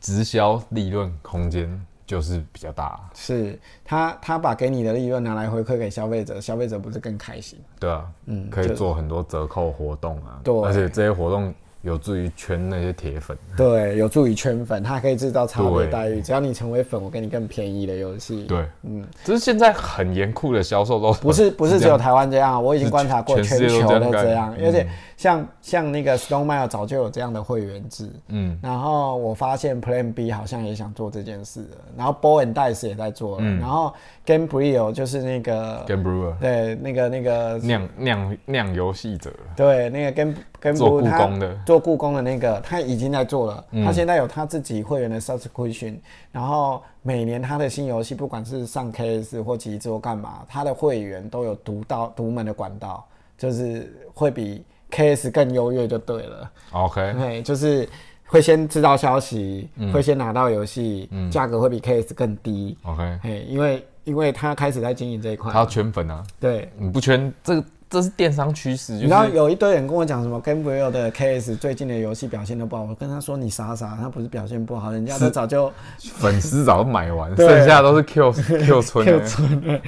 Speaker 2: 直销利润空间就是比较大啊。
Speaker 1: 是他他把给你的利润拿来回馈给消费者，消费者不是更开心？
Speaker 2: 对啊，
Speaker 1: 嗯
Speaker 2: 可
Speaker 1: 就
Speaker 2: 以做很多折扣活动啊，
Speaker 1: 对嗯
Speaker 2: 而且这些活动有助于圈那些铁粉。
Speaker 1: 对，有助于圈粉，它可以制造差别
Speaker 2: 对
Speaker 1: 待遇。只要你成为粉，我给你更便宜的游戏。
Speaker 2: 对，啊
Speaker 1: 嗯，
Speaker 2: 就是现在很严酷的销售都
Speaker 1: 不是不是只有台湾这样，啊我已经
Speaker 2: 是
Speaker 1: 观察过
Speaker 2: 全
Speaker 1: 全
Speaker 2: 世界
Speaker 1: 球
Speaker 2: 都
Speaker 1: 都
Speaker 2: 这
Speaker 1: 这
Speaker 2: 样嗯
Speaker 1: 样，而且像像那个 Stone Mile 早就有这样的会员制，
Speaker 2: 嗯
Speaker 1: 然后我发现 Plan B 好像也想做这件事了，然后 Ball and Dice 也在做
Speaker 2: 嗯
Speaker 1: 了，然后 Game Brio 就是那个
Speaker 2: g a m b r e w e r
Speaker 1: 对那个那个
Speaker 2: 酿酿酿游戏者，
Speaker 1: 对那个 Game Game
Speaker 2: 做
Speaker 1: Bro
Speaker 2: 故
Speaker 1: 他
Speaker 2: 宫的嗯
Speaker 1: 做故宫的那个他已经在做了，他现在有他自己会员的 subscription，然后每年他的新游戏不管是上 KS 或集资或干嘛，他的会员都有独到独门的管道，就是会比 KS 更优越就对了。
Speaker 2: OK，
Speaker 1: 对，就是会先知道消息，
Speaker 2: 嗯
Speaker 1: 会先拿到游戏，价、格会比 KS 更低。
Speaker 2: OK，
Speaker 1: 嘿，因为因为他开始在经营这一块
Speaker 2: 他，要圈粉啊，
Speaker 1: 对。
Speaker 2: 你不圈，这个这是电商趋势，
Speaker 1: 你知道
Speaker 2: 就是
Speaker 1: 有一堆人跟我讲什么 g a m b r i o 的 KS 最近的游戏表现都不好，我跟他说你傻傻，他不是表现不好，人家都早就
Speaker 2: 粉丝早就买完，
Speaker 1: 对
Speaker 2: 剩下都 是 Q Q 村
Speaker 1: Q
Speaker 2: 的。
Speaker 1: 存了。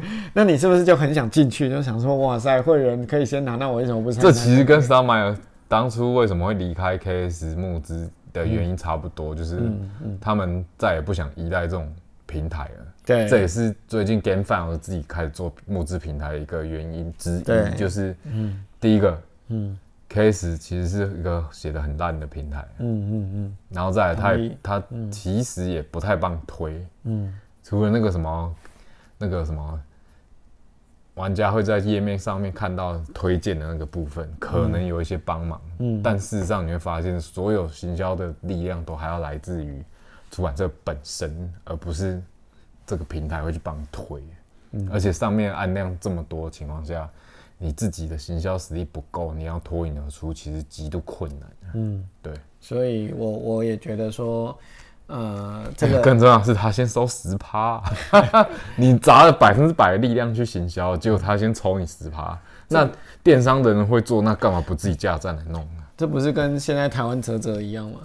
Speaker 1: 那你是不是就很想进去，就想说哇塞，会员可以先拿，那我为什么不是？
Speaker 2: 这其实跟 Starmire 当初为什么会离开 KS 募资的原因差不
Speaker 1: 嗯
Speaker 2: 多，就是他们再也不想依赖这种平台了。
Speaker 1: 对
Speaker 2: 这也是最近 GameFound 自己开始做募资平台的一个原因之
Speaker 1: 对嗯
Speaker 2: 一，就是第一个，KS 其实是一个写的很烂的平台，
Speaker 1: 嗯嗯嗯，
Speaker 2: 然后再来它
Speaker 1: 同
Speaker 2: 也
Speaker 1: 意
Speaker 2: 它其实也不太帮你推，嗯，除了那个什么那个什么。玩家会在页面上面看到推荐的那个部分，可能有一些帮忙，嗯，但事实上你会发现，所有行销的力量都还要来自于出版社本身，而不是这个平台会去帮你推。而且上面按量这么多的情况下，你自己的行销实力不够，你要脱颖而出，其实极度困难。嗯，对。
Speaker 1: 所以我我也觉得说，呃，这个
Speaker 2: 更重要的是，他先收十趴，你砸了百分之百的力量去行销，结果他先抽你十趴。那电商的人会做，那干嘛不自己架站来弄呢？
Speaker 1: 这不是跟现在台湾泽泽一样吗？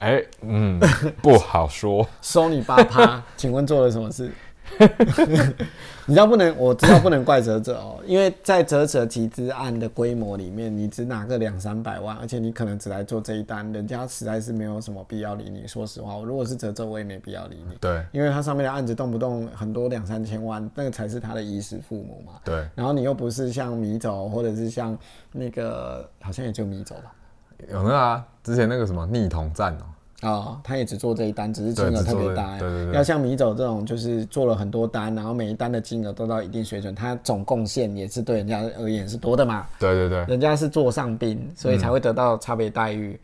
Speaker 2: 哎、 嗯，不好说。
Speaker 1: 收你八趴，请问做了什么事？ 你知道不能，我知道不能怪泽泽哦，因为在泽泽集资案的规模里面，你只拿个两三百万，而且你可能只来做这一单，人家实在是没有什么必要理你。说实话，我如果是泽泽，我也没必要理你，
Speaker 2: 对
Speaker 1: 因为它上面的案子动不动很多两三千万，那个才是他的衣食父母嘛。
Speaker 2: 对，
Speaker 1: 然后你又不是像米走，或者是像那个，好像也就米走吧。
Speaker 2: 有那个啊，之前那个什么逆同站哦、
Speaker 1: 哦，他也只做这一单，只是金
Speaker 2: 对
Speaker 1: 额
Speaker 2: 只
Speaker 1: 特
Speaker 2: 做
Speaker 1: 别
Speaker 2: 这
Speaker 1: 大。
Speaker 2: 对对对
Speaker 1: 要像米走这种，就是做了很多单，然后每一单的金额都到一定水准，他总贡献也是对人家而言是多的嘛。
Speaker 2: 对对对，
Speaker 1: 人家是座上宾，所以才会得到差别待遇。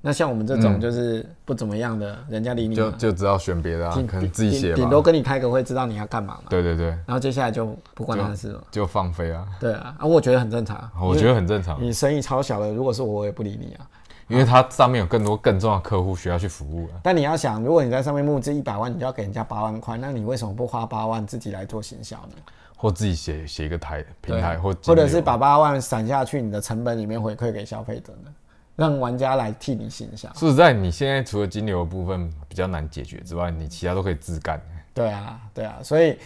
Speaker 1: 那像我们这
Speaker 2: 嗯
Speaker 1: 种就是不怎么样的，人家理你
Speaker 2: 就
Speaker 1: 嘛
Speaker 2: 就知道选别的啊
Speaker 1: 顶，
Speaker 2: 可能自己写
Speaker 1: 顶顶多
Speaker 2: 吧。
Speaker 1: 跟你开个会，知道你要干嘛嘛。
Speaker 2: 对啊对对，
Speaker 1: 然后接下来就不关他的事了。
Speaker 2: 就放飞啊，
Speaker 1: 对啊，啊，我觉得很正常。
Speaker 2: 我觉得很正常，
Speaker 1: 你生意超小的，如果是我，我也不理你啊。
Speaker 2: 因为它上面有更多更重要的客户需要去服务啊。
Speaker 1: 但你要想，如果你在上面募资一百万，你就要给人家八万块，那你为什么不花八万自己来做行销呢？
Speaker 2: 或自己写写一个台平
Speaker 1: 对
Speaker 2: 台，或
Speaker 1: 或
Speaker 2: 金
Speaker 1: 者
Speaker 2: 流
Speaker 1: 是把八万散下去，你的成本里面回馈给消费者呢？让玩家来替你行销。
Speaker 2: 说实在，你现在除了金流的部分比较难解决之外，你其他都可以自干。
Speaker 1: 对啊，对啊，所以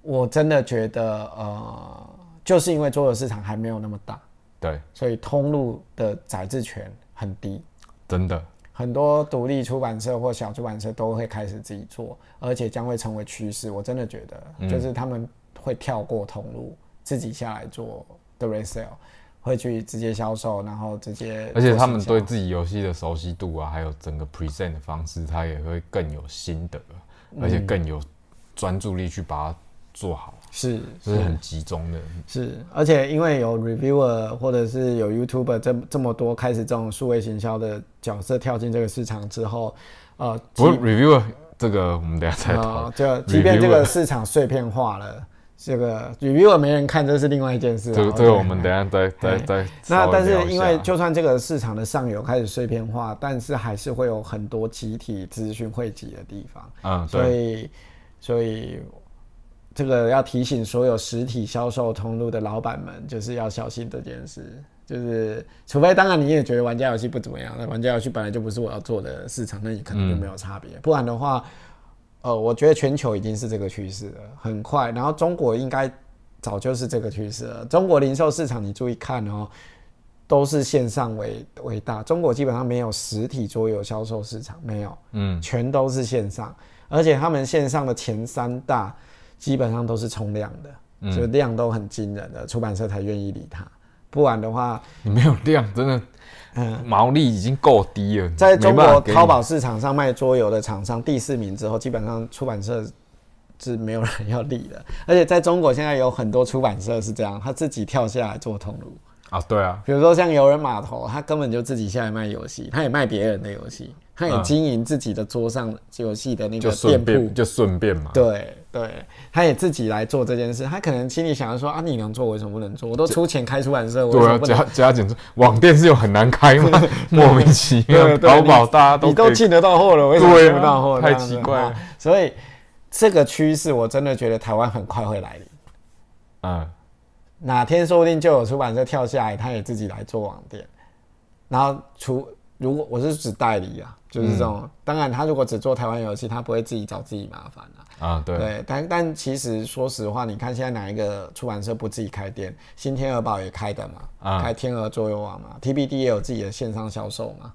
Speaker 1: 我真的觉得，呃，就是因为桌游市场还没有那么大，
Speaker 2: 对，
Speaker 1: 所以通路的宰制权很低。
Speaker 2: 真的，
Speaker 1: 很多独立出版社或小出版社都会开始自己做，而且将会成为趋势。我真的觉
Speaker 2: 嗯
Speaker 1: 得，就是他们会跳过通路，自己下来做 the resale，会去直接销售，然后直接做行销。
Speaker 2: 而且他们对自己游戏的熟悉度啊，还有整个 present 的方式，他也会更有心得，而
Speaker 1: 嗯
Speaker 2: 且更有专注力去把它做好，
Speaker 1: 是
Speaker 2: 就是很集中的。
Speaker 1: 是，而且因为有 reviewer 或者是有 YouTuber 这这么多开始这种数位行销的角色跳进这个市场之后，呃，
Speaker 2: 不过 reviewer 这个我们等一下再讨
Speaker 1: 啊，
Speaker 2: 论。
Speaker 1: 就即便这个
Speaker 2: Reviewer
Speaker 1: 市场碎片化了，这个 reviewer 没人看，这是另外一件事啊。
Speaker 2: 这个这
Speaker 1: 觉
Speaker 2: 个
Speaker 1: 得
Speaker 2: 我们等一下再再再稍
Speaker 1: 那
Speaker 2: 微
Speaker 1: 但
Speaker 2: 聊
Speaker 1: 是
Speaker 2: 一
Speaker 1: 因
Speaker 2: 下
Speaker 1: 为就算这个市场的上游开始碎片化，但是还是会有很多集体资讯汇集的地方，
Speaker 2: 嗯
Speaker 1: 所
Speaker 2: 对
Speaker 1: 以所以这个要提醒所有实体销售通路的老板们，就是要小心这件事。就是，除非当然你也觉得玩家游戏不怎么样，那玩家游戏本来就不是我要做的市场，那你可能就没有差别。不然的话，呃，我觉得全球已经是这个趋势了，很快。然后中国应该早就是这个趋势了。中国零售市场，你注意看哦，都是线上为为大，中国基本上没有实体桌游销售市场，没有，
Speaker 2: 嗯，
Speaker 1: 全都是线上，而且他们线上的前三大基本上都是冲量
Speaker 2: 嗯
Speaker 1: 的，就量都很惊人的，出版社才愿意理他，不然的话，
Speaker 2: 你没有量，真的，
Speaker 1: 嗯
Speaker 2: 毛利已经够低了，
Speaker 1: 在中
Speaker 2: 没办法
Speaker 1: 国
Speaker 2: 给你
Speaker 1: 淘，宝市场上卖桌游的厂商第四名之后，基本上出版社是没有人要理的。而且在中国现在有很多出版社是这样，他自己跳下来做通路，
Speaker 2: 啊，对啊，
Speaker 1: 比如说像游人码头，他根本就自己下来卖游戏，他也卖别人的游戏，他也
Speaker 2: 嗯
Speaker 1: 经营自己的桌上游戏的那
Speaker 2: 就
Speaker 1: 个
Speaker 2: 顺
Speaker 1: 店铺
Speaker 2: 便，就顺便嘛，
Speaker 1: 对对，他也自己来做这件事，他可能心里想要说啊，你能做，我为什么不能做？我都出钱开出版社，我为
Speaker 2: 对
Speaker 1: 什
Speaker 2: 啊，
Speaker 1: 么不能
Speaker 2: 加加减重，网店是有很难开 吗？莫名其妙，
Speaker 1: 对对
Speaker 2: 淘宝大家都
Speaker 1: 你都
Speaker 2: 可以
Speaker 1: 进得到货了，为什么
Speaker 2: 对啊
Speaker 1: 进不到货？
Speaker 2: 太
Speaker 1: 这样子
Speaker 2: 奇怪了
Speaker 1: 啊所以这个趋势，我真的觉得台湾很快会来临。
Speaker 2: 嗯，
Speaker 1: 哪天说不定就有出版社跳下来，他也自己来做网店。然后除如果我是指代理啊，就是这
Speaker 2: 嗯
Speaker 1: 种，当然他如果只做台湾游戏，他不会自己找自己麻烦啊。
Speaker 2: 啊，对，
Speaker 1: 对，但但其实说实话，你看现在哪一个出版社不自己开店？新天鹅堡也开的嘛，
Speaker 2: 啊
Speaker 1: 开天鹅桌游网嘛，TBD 也有自己的线上销售嘛。
Speaker 2: 嗯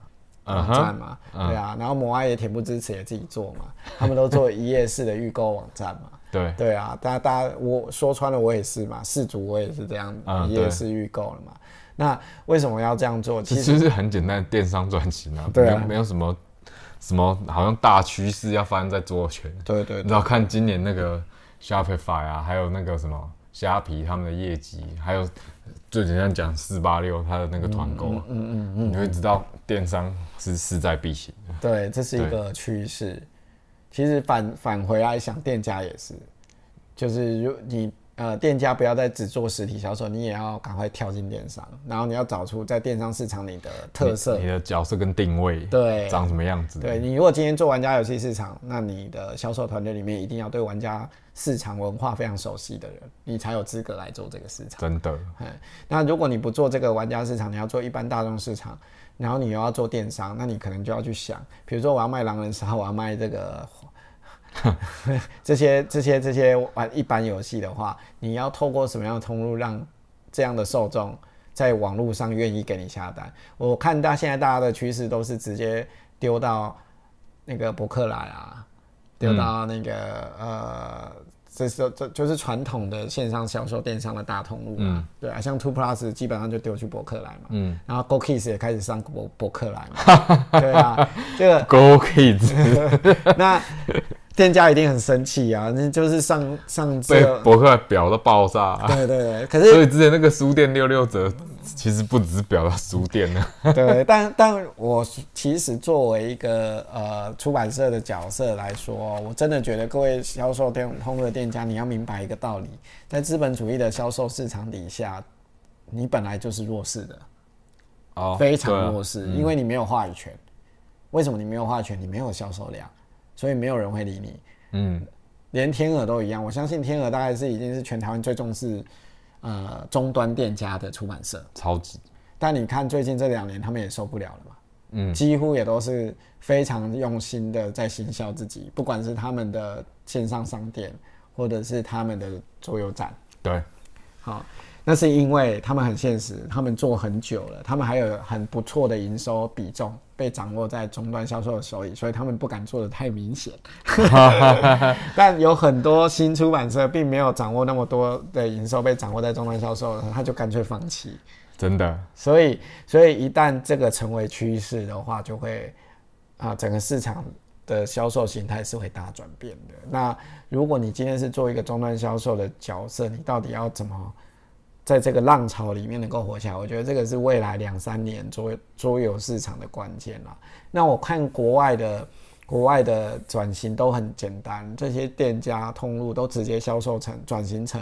Speaker 1: 网
Speaker 2: 哼
Speaker 1: 站嘛，对啊，然后摩爱也恬不知耻也自己做嘛，他们都做一页式的预购网站 嘛，
Speaker 2: 对，
Speaker 1: 对啊，大家大家我说穿了我也是嘛，事主我也是这样
Speaker 2: 嗯
Speaker 1: 一
Speaker 2: 对
Speaker 1: 页式预购了嘛，那为什么要这样做？
Speaker 2: 这
Speaker 1: 其实
Speaker 2: 就是很简单的电商转型啊，
Speaker 1: 对啊
Speaker 2: 没有没有什么什么好像大趋势要发生在桌游圈，
Speaker 1: 对对
Speaker 2: 你知道看今年那个 Shopify 啊，还有那个什么虾皮他们的业绩，还有最简单讲四八六它的那个团购，嗯嗯嗯，你会知道电商是势在必行的，
Speaker 1: 对，这是一个趋势。其实返返回来想，店家也是，就是如你呃，店家不要再只做实体销售，你也要赶快跳进电商，然后你要找出在电商市场里的特色
Speaker 2: 你，你的角色跟定位，
Speaker 1: 对
Speaker 2: 长什么样子，
Speaker 1: 对你如果今天做玩家游戏市场，那你的销售团队里面一定要对玩家市场文化非常熟悉的人，你才有资格来做这个市场。
Speaker 2: 真的，
Speaker 1: 嗯，那如果你不做这个玩家市场，你要做一般大众市场，然后你又要做电商，那你可能就要去想，比如说我要卖狼人杀，我要卖这个 这些这些这些玩一般游戏的话，你要透过什么样的通路让这样的受众在网络上愿意给你下单？我看到现在大家的趋势都是直接丢到那个博客来啊，丢到那个、呃，这是这就是传统的线上销售电商的大通路嘛，对啊，像 Two Plus 基本上就丢去博客来嘛，嗯，然后 Go Kiss 也开始上博博客来嘛，对啊，这个
Speaker 2: Go Kids
Speaker 1: 那店家一定很生气啊，那就是上上这
Speaker 2: 被
Speaker 1: 个，
Speaker 2: 博客表到爆炸、啊。
Speaker 1: 对对对，可
Speaker 2: 所
Speaker 1: 是
Speaker 2: 以之前那个书店六六折，其实不只是表达书 店呢、
Speaker 1: 对，但但我其实作为一个呃出版社的角色来说，我真的觉得各位销售店通路的店家，你要明白一个道理，在资本主义的销售市场底下，你本来就是弱势的，
Speaker 2: 哦嗯
Speaker 1: 非常弱势，因为你没有话语权。为什么你没有话语权？你没有销售量，所以没有人会理你。
Speaker 2: 嗯，
Speaker 1: 连天鹅都一样，我相信天鹅大概是已经是全台湾最重视呃终端店家的出版社。
Speaker 2: 超级，
Speaker 1: 但你看最近这两年，他们也受不了了嘛，
Speaker 2: 嗯
Speaker 1: 几乎也都是非常用心的在行销自己，不管是他们的线上商店，或者是他们的桌游展，
Speaker 2: 对，
Speaker 1: 好，那是因为他们很现实，他们做很久了，他们还有很不错的营收比重被掌握在终端销售的手里，所以他们不敢做的太明显。但有很多新出版社并没有掌握那么多的营收被掌握在终端销售，他就干脆放弃。
Speaker 2: 真的，
Speaker 1: 所以，所以一旦这个成为趋势的话，就会啊，整个市场的销售形态是会大转变的。那如果你今天是做一个终端销售的角色，你到底要怎么在这个浪潮里面能够活下来？我觉得这个是未来两三年桌桌游市场的关键啦。那我看国外的。国外的转型都很简单，这些店家通路都直接销售成转型成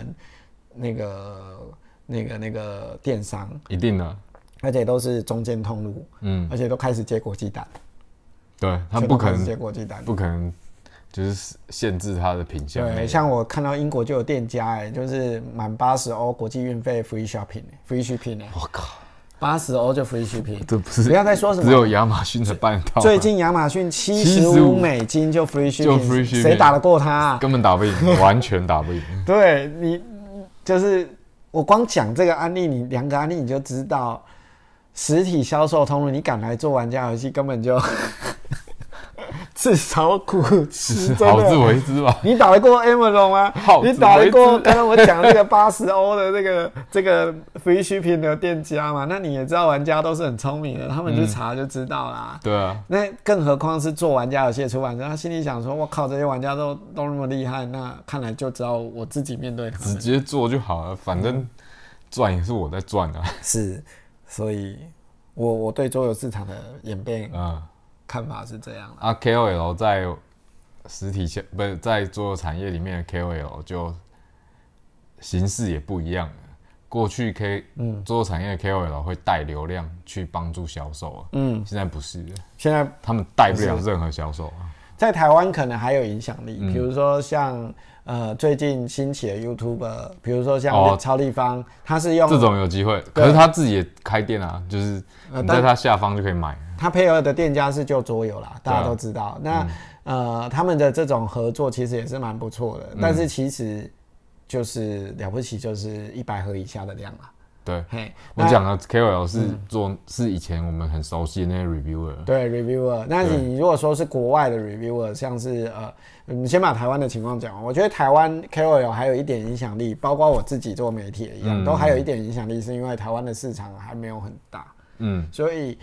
Speaker 1: 那个那个那个电商，
Speaker 2: 一定的，
Speaker 1: 而且都是中间通路，
Speaker 2: 嗯，
Speaker 1: 而且都开始接国际单，
Speaker 2: 对他不可
Speaker 1: 全都开始接
Speaker 2: 能，
Speaker 1: 国际单。
Speaker 2: 不可能，就是限制他的品相
Speaker 1: 对，
Speaker 2: 内。
Speaker 1: 像我看到英国就有店家哎、就是满八十欧国际运费 free shopping 哎、f r e e shipping 哎、
Speaker 2: 我靠，
Speaker 1: 八十欧就 free shipping，
Speaker 2: 这不是
Speaker 1: 不要再说什么
Speaker 2: 只有亚马逊才办得到吗，
Speaker 1: 最近亚马逊七十五
Speaker 2: 75
Speaker 1: 美金就 free
Speaker 2: 就 free
Speaker 1: shipping，
Speaker 2: shipping
Speaker 1: 谁打得过他、啊？
Speaker 2: 根本打不赢， 完全打不赢。
Speaker 1: 对你，就是我光讲这个案例，你两个案例你就知道，实体销售通路，你敢来做玩家游戏，根本就 自找苦吃。真
Speaker 2: 好自
Speaker 1: 的，
Speaker 2: 为之吧。
Speaker 1: 你打得过 Amazon 吗
Speaker 2: 好？
Speaker 1: 你
Speaker 2: 自
Speaker 1: 打得
Speaker 2: 为
Speaker 1: 过
Speaker 2: 之
Speaker 1: 刚刚我讲的这个八十欧的这个 这个 free shipping 的店家吗？那你也知道，玩家都是很聪明的，他
Speaker 2: 嗯
Speaker 1: 们去查就知道啦。
Speaker 2: 对啊，
Speaker 1: 那更何况是做玩家游戏的出版社，他心里想说：“我靠，这些玩家都都那么厉害，那看来就只要我自己面对他
Speaker 2: 直
Speaker 1: 们。
Speaker 2: 接做就好了，反正赚也是我在赚啊。”
Speaker 1: 是，所以我我对桌游市场的演变
Speaker 2: 嗯，
Speaker 1: 看法是这样的。
Speaker 2: 啊，KOL 在实体销不是在做产业里面的 KOL 就形式也不一样了。过去 K 嗯做产业的 KOL 会带流量去帮助销售啊，
Speaker 1: 嗯，
Speaker 2: 现在不是了，
Speaker 1: 现在
Speaker 2: 他们带不了任何销售啊。
Speaker 1: 在台湾可能还有影响力，比如说像呃最近兴起的 YouTuber，比如说像
Speaker 2: 哦
Speaker 1: 超立方，他是用
Speaker 2: 这种有机会，可是他自己也开店啊，就是
Speaker 1: 呃
Speaker 2: 你
Speaker 1: 但
Speaker 2: 在他下方就可以买。
Speaker 1: 他配合的店家是就桌游啦，
Speaker 2: 对啊
Speaker 1: 大家都知道。那、呃，他们的这种合作其实也是蛮不错
Speaker 2: 嗯
Speaker 1: 的，但是其实就是了不起，就是一百盒以下的量啦。
Speaker 2: 对
Speaker 1: 嘿，
Speaker 2: 我
Speaker 1: 那嗯
Speaker 2: 讲的 KOL 是做是以前我们很熟悉的那些 reviewer，
Speaker 1: 对 reviewer，那
Speaker 2: 对
Speaker 1: 你如果说是国外的 reviewer，像是呃，你先把台湾的情况讲完。我觉得台湾 KOL 还有一点影响力，包括我自己做媒体也一样，
Speaker 2: 嗯
Speaker 1: 都还有一点影响力，是因为台湾的市场还没有很大，
Speaker 2: 嗯，
Speaker 1: 所以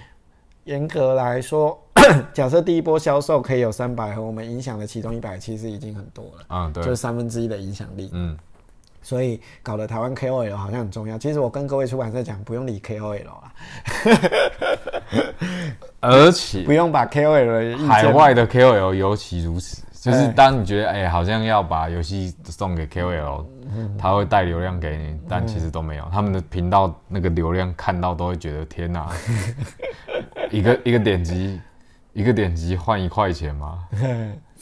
Speaker 1: 严格来说， 假设第一波销售可以有三百盒，我们影响的其中一百其实已经很多了，
Speaker 2: 啊
Speaker 1: 就是呃
Speaker 2: 对，
Speaker 1: 三分之一的影响力。
Speaker 2: 嗯，
Speaker 1: 所以搞得台湾 KOL 好像很重要。其实我跟各位出版社讲，不用理 KOL 啦，
Speaker 2: 而且
Speaker 1: 不用把 KOL 的意见
Speaker 2: 嗯海外的 KOL 尤其如此，就是
Speaker 1: 对
Speaker 2: 当你觉得哎、好像要把游戏送给 KOL，他
Speaker 1: 嗯
Speaker 2: 会带流量给你，但其实都没有。他们的频道那个流量看到都会觉得天哪、 一个一个点击，一个点击换一块钱吗？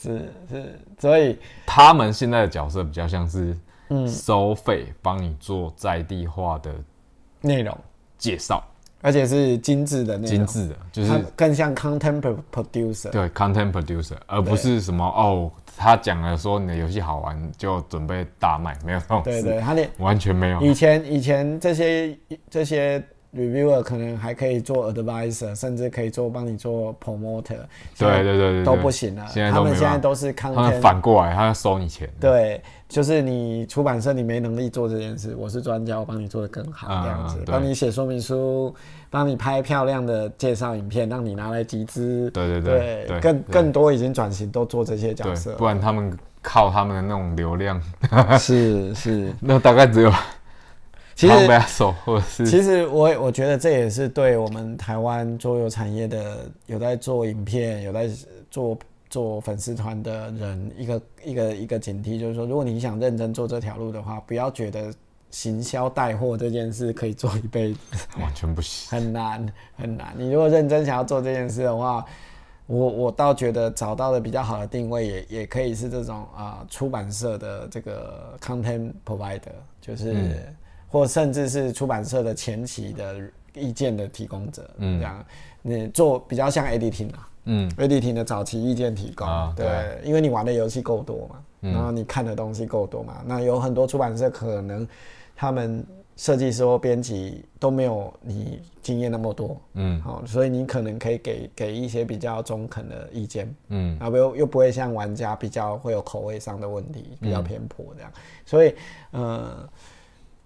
Speaker 1: 是是，所以
Speaker 2: 他们现在的角色比较像是
Speaker 1: 嗯
Speaker 2: 收费帮你做在地化的
Speaker 1: 内容，
Speaker 2: 介绍，
Speaker 1: 而且是精致的内哦容，
Speaker 2: 精致的，就是
Speaker 1: 它更像 content pro- producer。
Speaker 2: 对 content producer，而不是什么哦，他讲了说你的游戏好玩就准备大卖，没有这种
Speaker 1: 对
Speaker 2: 事，
Speaker 1: 对，他连
Speaker 2: 完全没有。
Speaker 1: 以前以前这些这些 reviewer 可能还可以做 advisor，甚至可以做帮你做 promoter，现在
Speaker 2: 对对对对，对
Speaker 1: 都不行了。
Speaker 2: 现在
Speaker 1: 他
Speaker 2: 都没
Speaker 1: 们
Speaker 2: 办
Speaker 1: 现在
Speaker 2: 法，
Speaker 1: 都是 content
Speaker 2: 他们反过来，他要收你钱。
Speaker 1: 对，就是你出版社你没能力做这件事，我是专家，我帮你做的更好，
Speaker 2: 嗯
Speaker 1: 这样子
Speaker 2: 嗯，对
Speaker 1: 帮你写说明书，帮你拍漂亮的介绍影片，让你拿来集资。
Speaker 2: 对对对对
Speaker 1: 更
Speaker 2: 对
Speaker 1: 更多已经转型都做这些角
Speaker 2: 对，
Speaker 1: 色
Speaker 2: 不，然他们靠他们的那种流量，
Speaker 1: 是 是，
Speaker 2: 那大概只有
Speaker 1: 其
Speaker 2: 康贝
Speaker 1: 实。
Speaker 2: 尔手或者是
Speaker 1: 其实我我觉得这也是对我们台湾桌游产业的有在做影片、有在做做粉丝团的人一个一个一个警惕，就是说，如果你想认真做这条路的话，不要觉得行销带货这件事可以做一辈子。
Speaker 2: 完全不行。
Speaker 1: 很难很难。你如果认真想要做这件事的话，我我倒觉得找到的比较好的定位也也可以是这种啊、出版社的这个 content provider，就是、或甚至是出版社的前期的意见的提供者，嗯，这样你做比较像 editing 啊。
Speaker 2: 嗯，
Speaker 1: editing 的早期意见提供，
Speaker 2: 啊
Speaker 1: 对，
Speaker 2: 对嗯啊
Speaker 1: 因为你玩的游戏够多嘛，然后你看的东西够多嘛，那有很多出版社可能他们设计师或编辑都没有你经验那么多，
Speaker 2: 嗯，
Speaker 1: 好、所以你可能可以给给一些比较中肯的意见，
Speaker 2: 嗯，
Speaker 1: 啊，不又又不会像玩家比较会有口味上的问题，比较偏颇这样，所以，呃。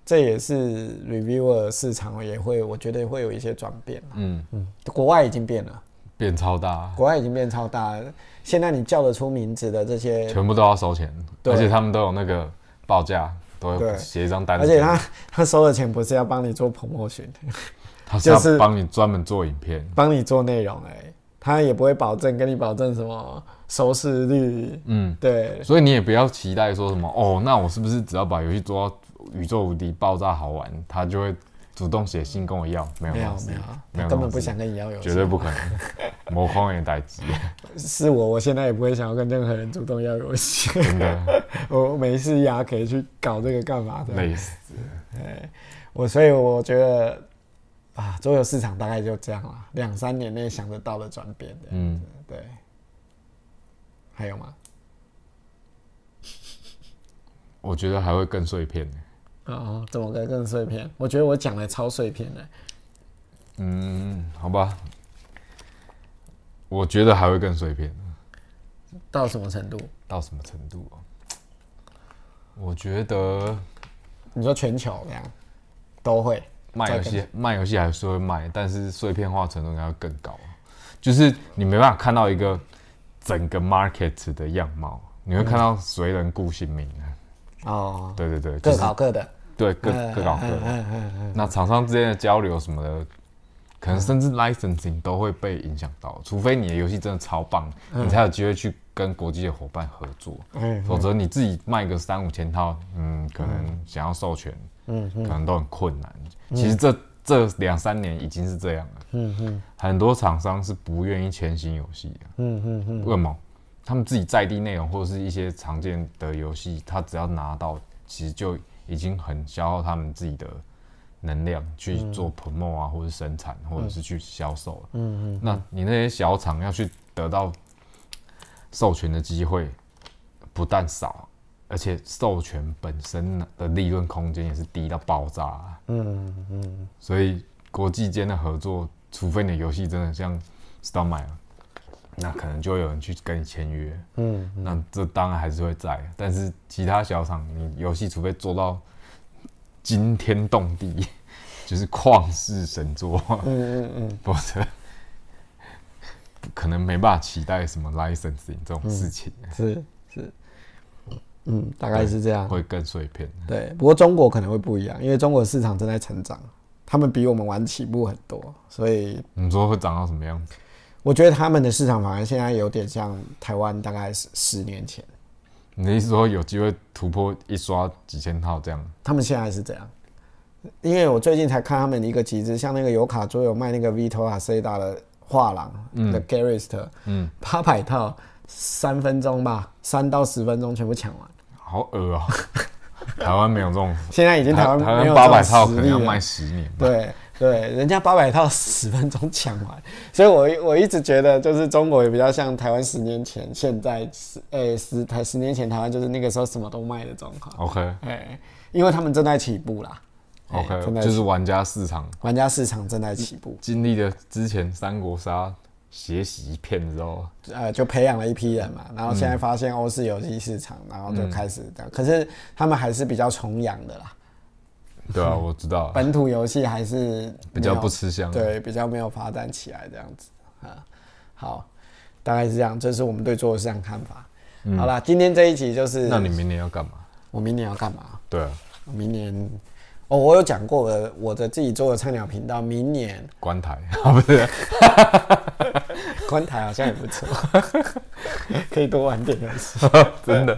Speaker 1: 这也是 reviewer 市场也会，我觉得会有一些转变啊
Speaker 2: 嗯，
Speaker 1: 国外已经变了，
Speaker 2: 变超大，
Speaker 1: 国外已经变超大了，现在你叫得出名字的这些，
Speaker 2: 全部都要收钱，
Speaker 1: 对
Speaker 2: 而且他们都有那个报价，都
Speaker 1: 对
Speaker 2: 会写一张单子
Speaker 1: 而
Speaker 2: 给你，
Speaker 1: 且他他收的钱不是要帮你做 promotion，
Speaker 2: 他是
Speaker 1: 就
Speaker 2: 要
Speaker 1: 是
Speaker 2: 帮你专门做影片，
Speaker 1: 帮你做内容哎、他也不会保证跟你保证什么收视率，
Speaker 2: 嗯，
Speaker 1: 对，
Speaker 2: 所以你也不要期待说什么哦，那我是不是只要把游戏做到宇宙无敌、爆炸好玩，他就会主动写信跟我要？没有
Speaker 1: 没有
Speaker 2: 这种事
Speaker 1: 没有，
Speaker 2: 没
Speaker 1: 他根本
Speaker 2: 有这种事
Speaker 1: 不想跟你要游戏，
Speaker 2: 绝对不可能， 魔框也待机，
Speaker 1: 是我，我现在也不会想要跟任何人主动要游戏，
Speaker 2: 真的
Speaker 1: 我没事压给去搞这个干嘛的？哎
Speaker 2: 累死。
Speaker 1: 我所以我觉得啊，桌游市场大概就这样了，两三年内想得到的转变的，
Speaker 2: 嗯，
Speaker 1: 对，还有吗？
Speaker 2: 我觉得还会更碎片呢。
Speaker 1: 哦，怎么个更碎片？我觉得我讲的超碎片的，
Speaker 2: 嗯，好吧，我觉得还会更碎片，
Speaker 1: 到什么程度？
Speaker 2: 到什么程度啊？我觉得
Speaker 1: 你说全球这样都会
Speaker 2: 卖
Speaker 1: 再
Speaker 2: 游戏卖游戏还是会卖，但是碎片化程度应该会更高啊，就是你没办法看到一个整个 market 的样貌，你会看到谁人顾姓名啊。
Speaker 1: 哦，
Speaker 2: 对对对，就
Speaker 1: 嗯各哎
Speaker 2: 是
Speaker 1: 搞各的，
Speaker 2: 对各各搞各的。
Speaker 1: 哎
Speaker 2: 那厂商之间的交流什么的，可能甚至 licensing 都会被影响到，除非你的游戏真的超棒，你才有机会去跟国际的伙伴合作。
Speaker 1: 嗯
Speaker 2: 否则你自己卖个三五千套，嗯，可能想要授权，嗯，可能都很困难。其实这这两三年已经是这样了，嗯嗯，很多厂商是不愿意签新游戏的，嗯嗯嗯，为什么？他们自己在地内容或者是一些常见的游戏，他只要拿到，其实就已经很消耗他们自己的能量去做 promo 啊，或者生产，或者是去销售了，嗯嗯，那你那些小厂要去得到授权的机会，不但少，而且授权本身的利润空间也是低到爆炸、嗯嗯，所以国际间的合作，除非你的游戏真的像 s t a r m i 那可能就会有人去跟你签约。嗯，那这当然还是会在，但是其他小厂，你游戏除非做到惊天动地， 就是旷世神作，
Speaker 1: 嗯嗯嗯，
Speaker 2: 否则可能没办法期待什么 licensing 这种事情，
Speaker 1: 是是，嗯，大概是这样。
Speaker 2: 会更碎片。
Speaker 1: 对，不过中国可能会不一样，因为中国市场正在成长，他们比我们晚起步很多，所以
Speaker 2: 你说会长到什么样子？
Speaker 1: 我觉得他们的市场反而现在有点像台湾，大概十十年前，
Speaker 2: 你的意思说有机会突破一刷几千套这样？
Speaker 1: 他们现在是这样。因为我最近才看他们一个集资，像那个有卡桌有卖那个 Vito a c e d a 的画廊、的 Garist，嗯，八百套，三分钟吧，三到十分钟全部抢完。
Speaker 2: 好恶 啊、台湾没有这种，
Speaker 1: 现在已经台湾
Speaker 2: 台
Speaker 1: 没
Speaker 2: 湾
Speaker 1: 有
Speaker 2: 八百
Speaker 1: 这种
Speaker 2: 套可
Speaker 1: 实
Speaker 2: 能
Speaker 1: 力
Speaker 2: 要
Speaker 1: 了
Speaker 2: 卖十年吧。
Speaker 1: 对对，人家八百套十分钟抢完，所以我我一直觉得就是中国也比较像台湾十年前，现在十诶十台十年前台湾就是那个时候什么都卖的状况，
Speaker 2: OK
Speaker 1: 哎、因为他们正在起步啦，哎
Speaker 2: OK，
Speaker 1: 正在
Speaker 2: 就是玩家市场
Speaker 1: 玩家市场正在起步，
Speaker 2: 经历了之前三国杀血洗片之后，
Speaker 1: 呃，就培养了一批人嘛，然后现
Speaker 2: 嗯
Speaker 1: 在发现欧式游戏市场，然后就开始这样，可是他们还是比较崇洋的啦，
Speaker 2: 对啊，我知道啊，
Speaker 1: 本土游戏还是
Speaker 2: 比较
Speaker 1: 嗯没有
Speaker 2: 不吃香。啊
Speaker 1: 对，比较没有发展起来这样子啊。好，大概是这样，这是我们对做的市场看法。好啦，今天这一集就是
Speaker 2: 嗯那你明年要干嘛？
Speaker 1: 我明年要干嘛？
Speaker 2: 对啊，
Speaker 1: 我明年哦，我有讲过我的我的自己做的菜鸟频道，明年
Speaker 2: 关台啊，不是？
Speaker 1: 观台好像也不错， 可以多玩点游戏。
Speaker 2: 真的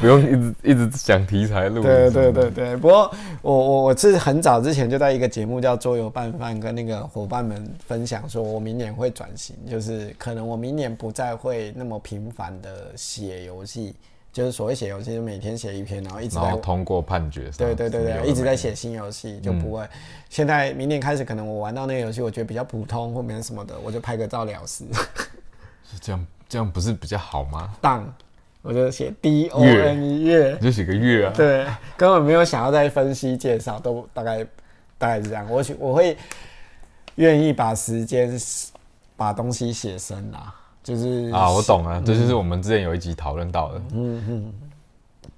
Speaker 2: 不用一直一直想题材录。
Speaker 1: 对对对对，不过我我我是很早之前就在一个节目叫《桌游拌饭》跟那个伙伴们分享，说我明年会转型，就是可能我明年不再会那么频繁的写游戏，就是所谓写游戏，就每天写一篇，然后一直
Speaker 2: 然后
Speaker 1: 在。
Speaker 2: 通过判决上。
Speaker 1: 对对对
Speaker 2: 什么有
Speaker 1: 对，
Speaker 2: 的
Speaker 1: 一直
Speaker 2: 没
Speaker 1: 在
Speaker 2: 的嗯
Speaker 1: 写新游戏就不会。现在明年开始，可能我玩到那个游戏，我觉得比较普通或没什么的，我就拍个照了事。
Speaker 2: 这样这样不是比较好吗？
Speaker 1: 当，我就写 D O N 月
Speaker 2: 你就写个月啊。
Speaker 1: 对，根本没有想要再分析介绍，都大概大概是这样。我喜我会愿意把时间把东西写深啦，就是嗯
Speaker 2: 啊，我懂了，这就是我们之前有一集讨论到的。嗯嗯。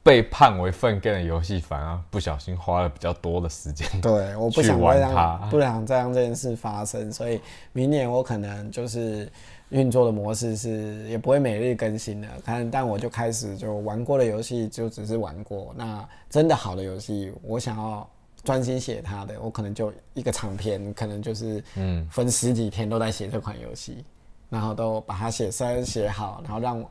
Speaker 2: 被判为粪便的游戏，反而不小心花了比较多的时间。
Speaker 1: 对，我不
Speaker 2: 去
Speaker 1: 想
Speaker 2: 玩
Speaker 1: 再让
Speaker 2: 它
Speaker 1: 不想再让这件事发生，所以明年我可能就是运作的模式是也不会每日更新了，但但我就开始就玩过的游戏就只是玩过，那真的好的游戏，我想要专心写它的，我可能就一个长篇，可能就是嗯分十几天都在写这款游戏，然后都把它写深写好，然后让我。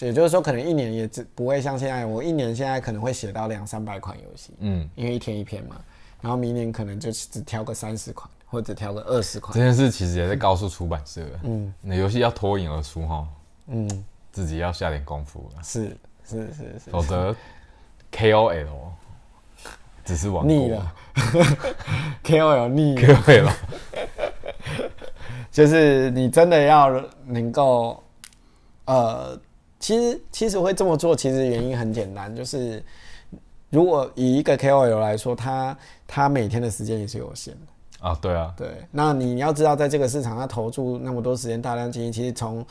Speaker 1: 也就是说，可能一年也只不会像现在，我一年现在可能会写到两三百款游戏，
Speaker 2: 嗯，
Speaker 1: 因为一天一篇嘛，然后明年可能就只挑个三十款，或者挑个二十款
Speaker 2: 这。件事其实也在告诉出版社，嗯，你的游戏要脱颖而出哈，
Speaker 1: 嗯，
Speaker 2: 自己要下点功夫了，
Speaker 1: 是是是是，
Speaker 2: 否则 KOL 只是玩
Speaker 1: 腻了 KOL 腻了，
Speaker 2: KOL
Speaker 1: 就是你真的要能够，呃，其实其实会这么做，其实原因很简单，就是如果以一个 KOL 来说，他他每天的时间也是有限的。
Speaker 2: 啊，对啊，
Speaker 1: 对，那你要知道，在这个市场，它投注那么多时间、大量精力，其实从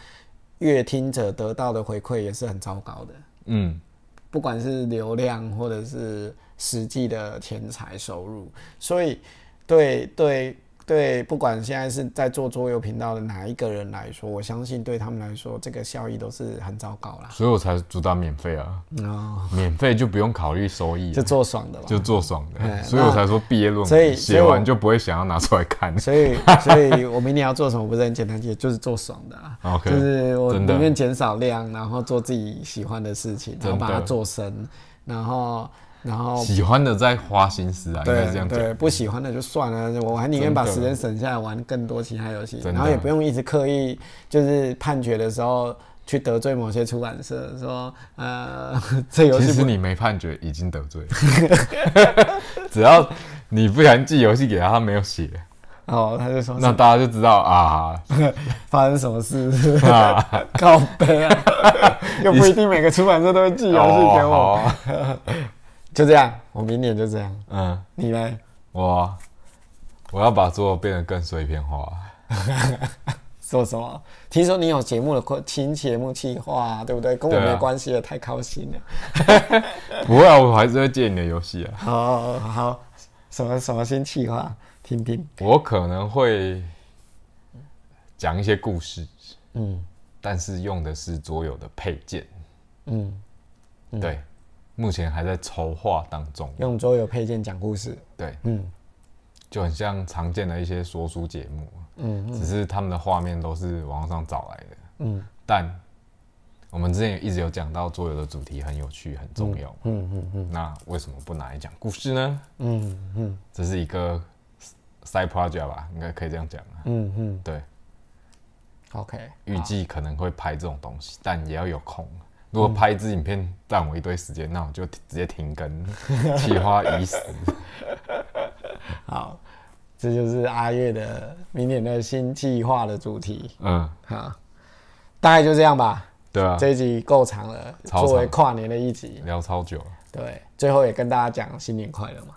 Speaker 1: 乐听者得到的回馈也是很糟糕的，
Speaker 2: 嗯，
Speaker 1: 不管是流量或者是实际的钱财收入。所以，对对对，不管现在是在做桌游频道的哪一个人来说，我相信对他们来说，这个效益都是很糟糕啦。
Speaker 2: 所以我才主打免费啊，
Speaker 1: 哦，
Speaker 2: 免费就不用考虑收益啊、
Speaker 1: 就做爽的吧。
Speaker 2: 就做爽
Speaker 1: 哎
Speaker 2: 的，所以我才说毕业论
Speaker 1: 所以
Speaker 2: 文
Speaker 1: 所以
Speaker 2: 写
Speaker 1: 我
Speaker 2: 完就不会想要拿出来 看。
Speaker 1: 所 以，所以我明年要做什么不是很简单，也就是做爽的啊。
Speaker 2: OK，
Speaker 1: 就是我
Speaker 2: 真
Speaker 1: 宁
Speaker 2: 的
Speaker 1: 愿减少量，然后做自己喜欢的事情，然后
Speaker 2: 真的
Speaker 1: 把它做深，然后然后
Speaker 2: 喜欢的再花心思啊，应该是这
Speaker 1: 对
Speaker 2: 样讲。
Speaker 1: 对，不喜欢的就算了，我还宁愿
Speaker 2: 真的
Speaker 1: 把时间省下来玩更多其他游戏，
Speaker 2: 真的
Speaker 1: 然后也不用一直刻意就是判决的时候去得罪某些出版社，说呃 这游
Speaker 2: 其
Speaker 1: 戏
Speaker 2: 实你没判决已经得罪了， 只要你不想寄游戏给他，他没有写，
Speaker 1: 不哦，他就说
Speaker 2: 那
Speaker 1: 是
Speaker 2: 大家就知道啊，
Speaker 1: 发生什么事，
Speaker 2: 啊
Speaker 1: 告背啊， 又不一定每个出版社都会寄游戏给我，
Speaker 2: 哦好啊
Speaker 1: 就这样，我明年就这样，
Speaker 2: 嗯，
Speaker 1: 你呢？
Speaker 2: 我我要把做变得更碎片化，
Speaker 1: 做什么？听说你有节目的规新节目计划、啊，对不对？跟我
Speaker 2: 对啊
Speaker 1: 没关系的，太高兴了。
Speaker 2: 不会啊，我还是会借你的游戏啊，
Speaker 1: 好好哦好，什么什么新计划？听听。
Speaker 2: 我可能会讲一些故事，
Speaker 1: 嗯
Speaker 2: 但是用的是桌游的配件，
Speaker 1: 嗯，
Speaker 2: 对，目前还在筹划当中，
Speaker 1: 用桌游配件讲故事。
Speaker 2: 对，
Speaker 1: 嗯
Speaker 2: 就很像常见的一些说书节目，
Speaker 1: 嗯
Speaker 2: 只是他们的画面都是网上找来的。
Speaker 1: 嗯
Speaker 2: 但我们之前也一直有讲到桌游的主题很有趣、很重要，
Speaker 1: 嗯嗯嗯
Speaker 2: 那为什么不拿来讲故事呢？
Speaker 1: 嗯嗯
Speaker 2: 这是一个 side project 吧，应该可以这样讲啊。
Speaker 1: 嗯嗯
Speaker 2: 对，
Speaker 1: ，OK。
Speaker 2: 预计可能会拍这种东
Speaker 1: 啊
Speaker 2: 西，但也要有空。如果拍一支影片占我一堆时间，那我就直接 停更，企划已死。
Speaker 1: 好，这就是阿月的明年的新计划的主题。
Speaker 2: 嗯，
Speaker 1: 好，大概就这样吧。
Speaker 2: 对啊，
Speaker 1: 这一集够长了，
Speaker 2: 超长
Speaker 1: 作为跨年的一集。
Speaker 2: 聊超久了。
Speaker 1: 对，最后也跟大家讲新年快乐嘛。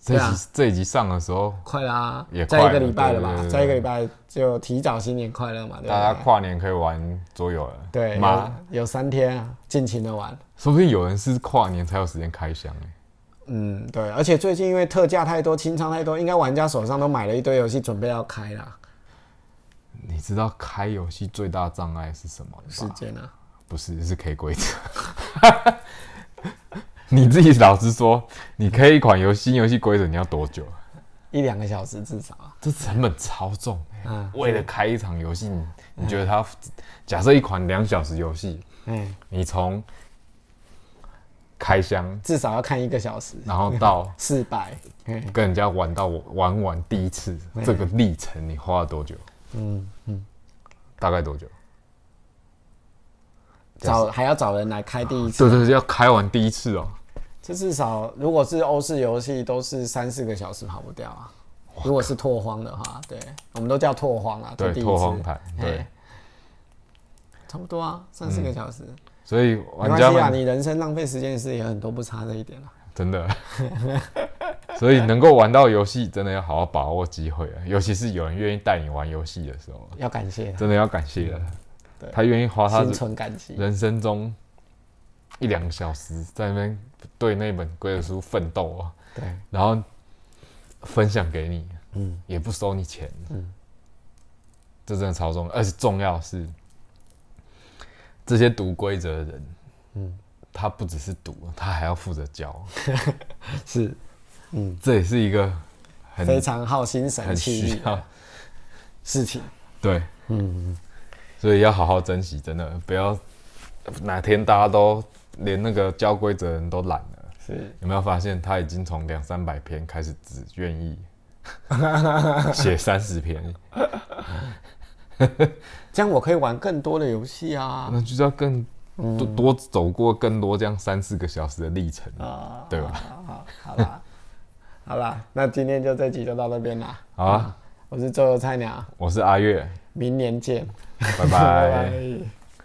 Speaker 2: 这
Speaker 1: 对啊
Speaker 2: 一集这一集上的时候，
Speaker 1: 快啦、
Speaker 2: 也快
Speaker 1: 再
Speaker 2: 了
Speaker 1: 一个礼拜了
Speaker 2: 对
Speaker 1: 吧
Speaker 2: 对？对
Speaker 1: 再一个礼拜就提早新年快乐嘛，对不对？
Speaker 2: 大家跨年可以玩桌游了，
Speaker 1: 对，
Speaker 2: 妈，
Speaker 1: 有有三天啊，尽情的玩。
Speaker 2: 说不定有人是跨年才有时间开箱哎、
Speaker 1: 嗯，对，而且最近因为特价太多，清仓太多，应该玩家手上都买了一堆游戏，准备要开啦，
Speaker 2: 你知道开游戏最大障碍是什么
Speaker 1: 时
Speaker 2: 吗？
Speaker 1: 间啊。
Speaker 2: 不是，是 K 规则。 你自己老实说，你 K 一款游戏游戏规则你要多久？
Speaker 1: 一两个小时至少啊，
Speaker 2: 这成本超重、欸。
Speaker 1: 嗯
Speaker 2: 为了开一场游戏，你你觉得它假设一款两小时游戏，
Speaker 1: 哎，
Speaker 2: 你从开箱，
Speaker 1: 至少要看一个小时，
Speaker 2: 然后到
Speaker 1: 四百，哎，
Speaker 2: 跟人家玩到我玩完第一次这个历程，你花了多久？
Speaker 1: 嗯，
Speaker 2: 大概多久？
Speaker 1: 找还要找人来开第一次，
Speaker 2: 对对，对要开完第一次哦、
Speaker 1: 这至少如果是欧式游戏，都是三四个小时跑不掉啊。如果是拓荒的话，对，我们都叫拓荒啊，这
Speaker 2: 对，
Speaker 1: 第一
Speaker 2: 拓
Speaker 1: 次
Speaker 2: 荒台，对
Speaker 1: 哎，差不多啊，三四个小时，
Speaker 2: 所以
Speaker 1: 没
Speaker 2: 玩
Speaker 1: 关
Speaker 2: 家
Speaker 1: 系啊，
Speaker 2: 们
Speaker 1: 你人生浪费时间的事也很多，不差这一点了。
Speaker 2: 真的， 所以能够玩到游戏，真的要好好把握机会啊！尤其是有人愿意带你玩游戏的时候，
Speaker 1: 要感谢
Speaker 2: 真的要感谢了
Speaker 1: 对，
Speaker 2: 他愿意花
Speaker 1: 他，
Speaker 2: 他
Speaker 1: 心存感激。
Speaker 2: 人生中一两个小时在那边对那本规则书奋斗啊，
Speaker 1: 对，
Speaker 2: 然后分享给你，
Speaker 1: 嗯
Speaker 2: 也不收你钱，
Speaker 1: 嗯
Speaker 2: 这真的超重要，而且重要的是这些读规则的人，
Speaker 1: 嗯
Speaker 2: 他不只是读，他还要负责教，
Speaker 1: 是
Speaker 2: 这也是一个很
Speaker 1: 非常耗心神
Speaker 2: 很
Speaker 1: 气
Speaker 2: 需
Speaker 1: 力的
Speaker 2: 要
Speaker 1: 事情。
Speaker 2: 对，
Speaker 1: 嗯，
Speaker 2: 所以要好好珍惜，真的不要哪天大家都连那个教规则的人都懒了。
Speaker 1: 是
Speaker 2: 有没有发现他已经从两三百篇开始只愿意写三十篇，
Speaker 1: 这样，我可以玩更多的游戏 啊。
Speaker 2: 那就是要更多多走过更多这样三四个小时的历程，
Speaker 1: 啊，
Speaker 2: 对吧
Speaker 1: 好好好啦， 好啦，那今天就这集就到这边啦。
Speaker 2: 好啊，
Speaker 1: 我是周游菜鸟，
Speaker 2: 我是阿月，
Speaker 1: 明年见，
Speaker 2: 拜拜。
Speaker 1: 拜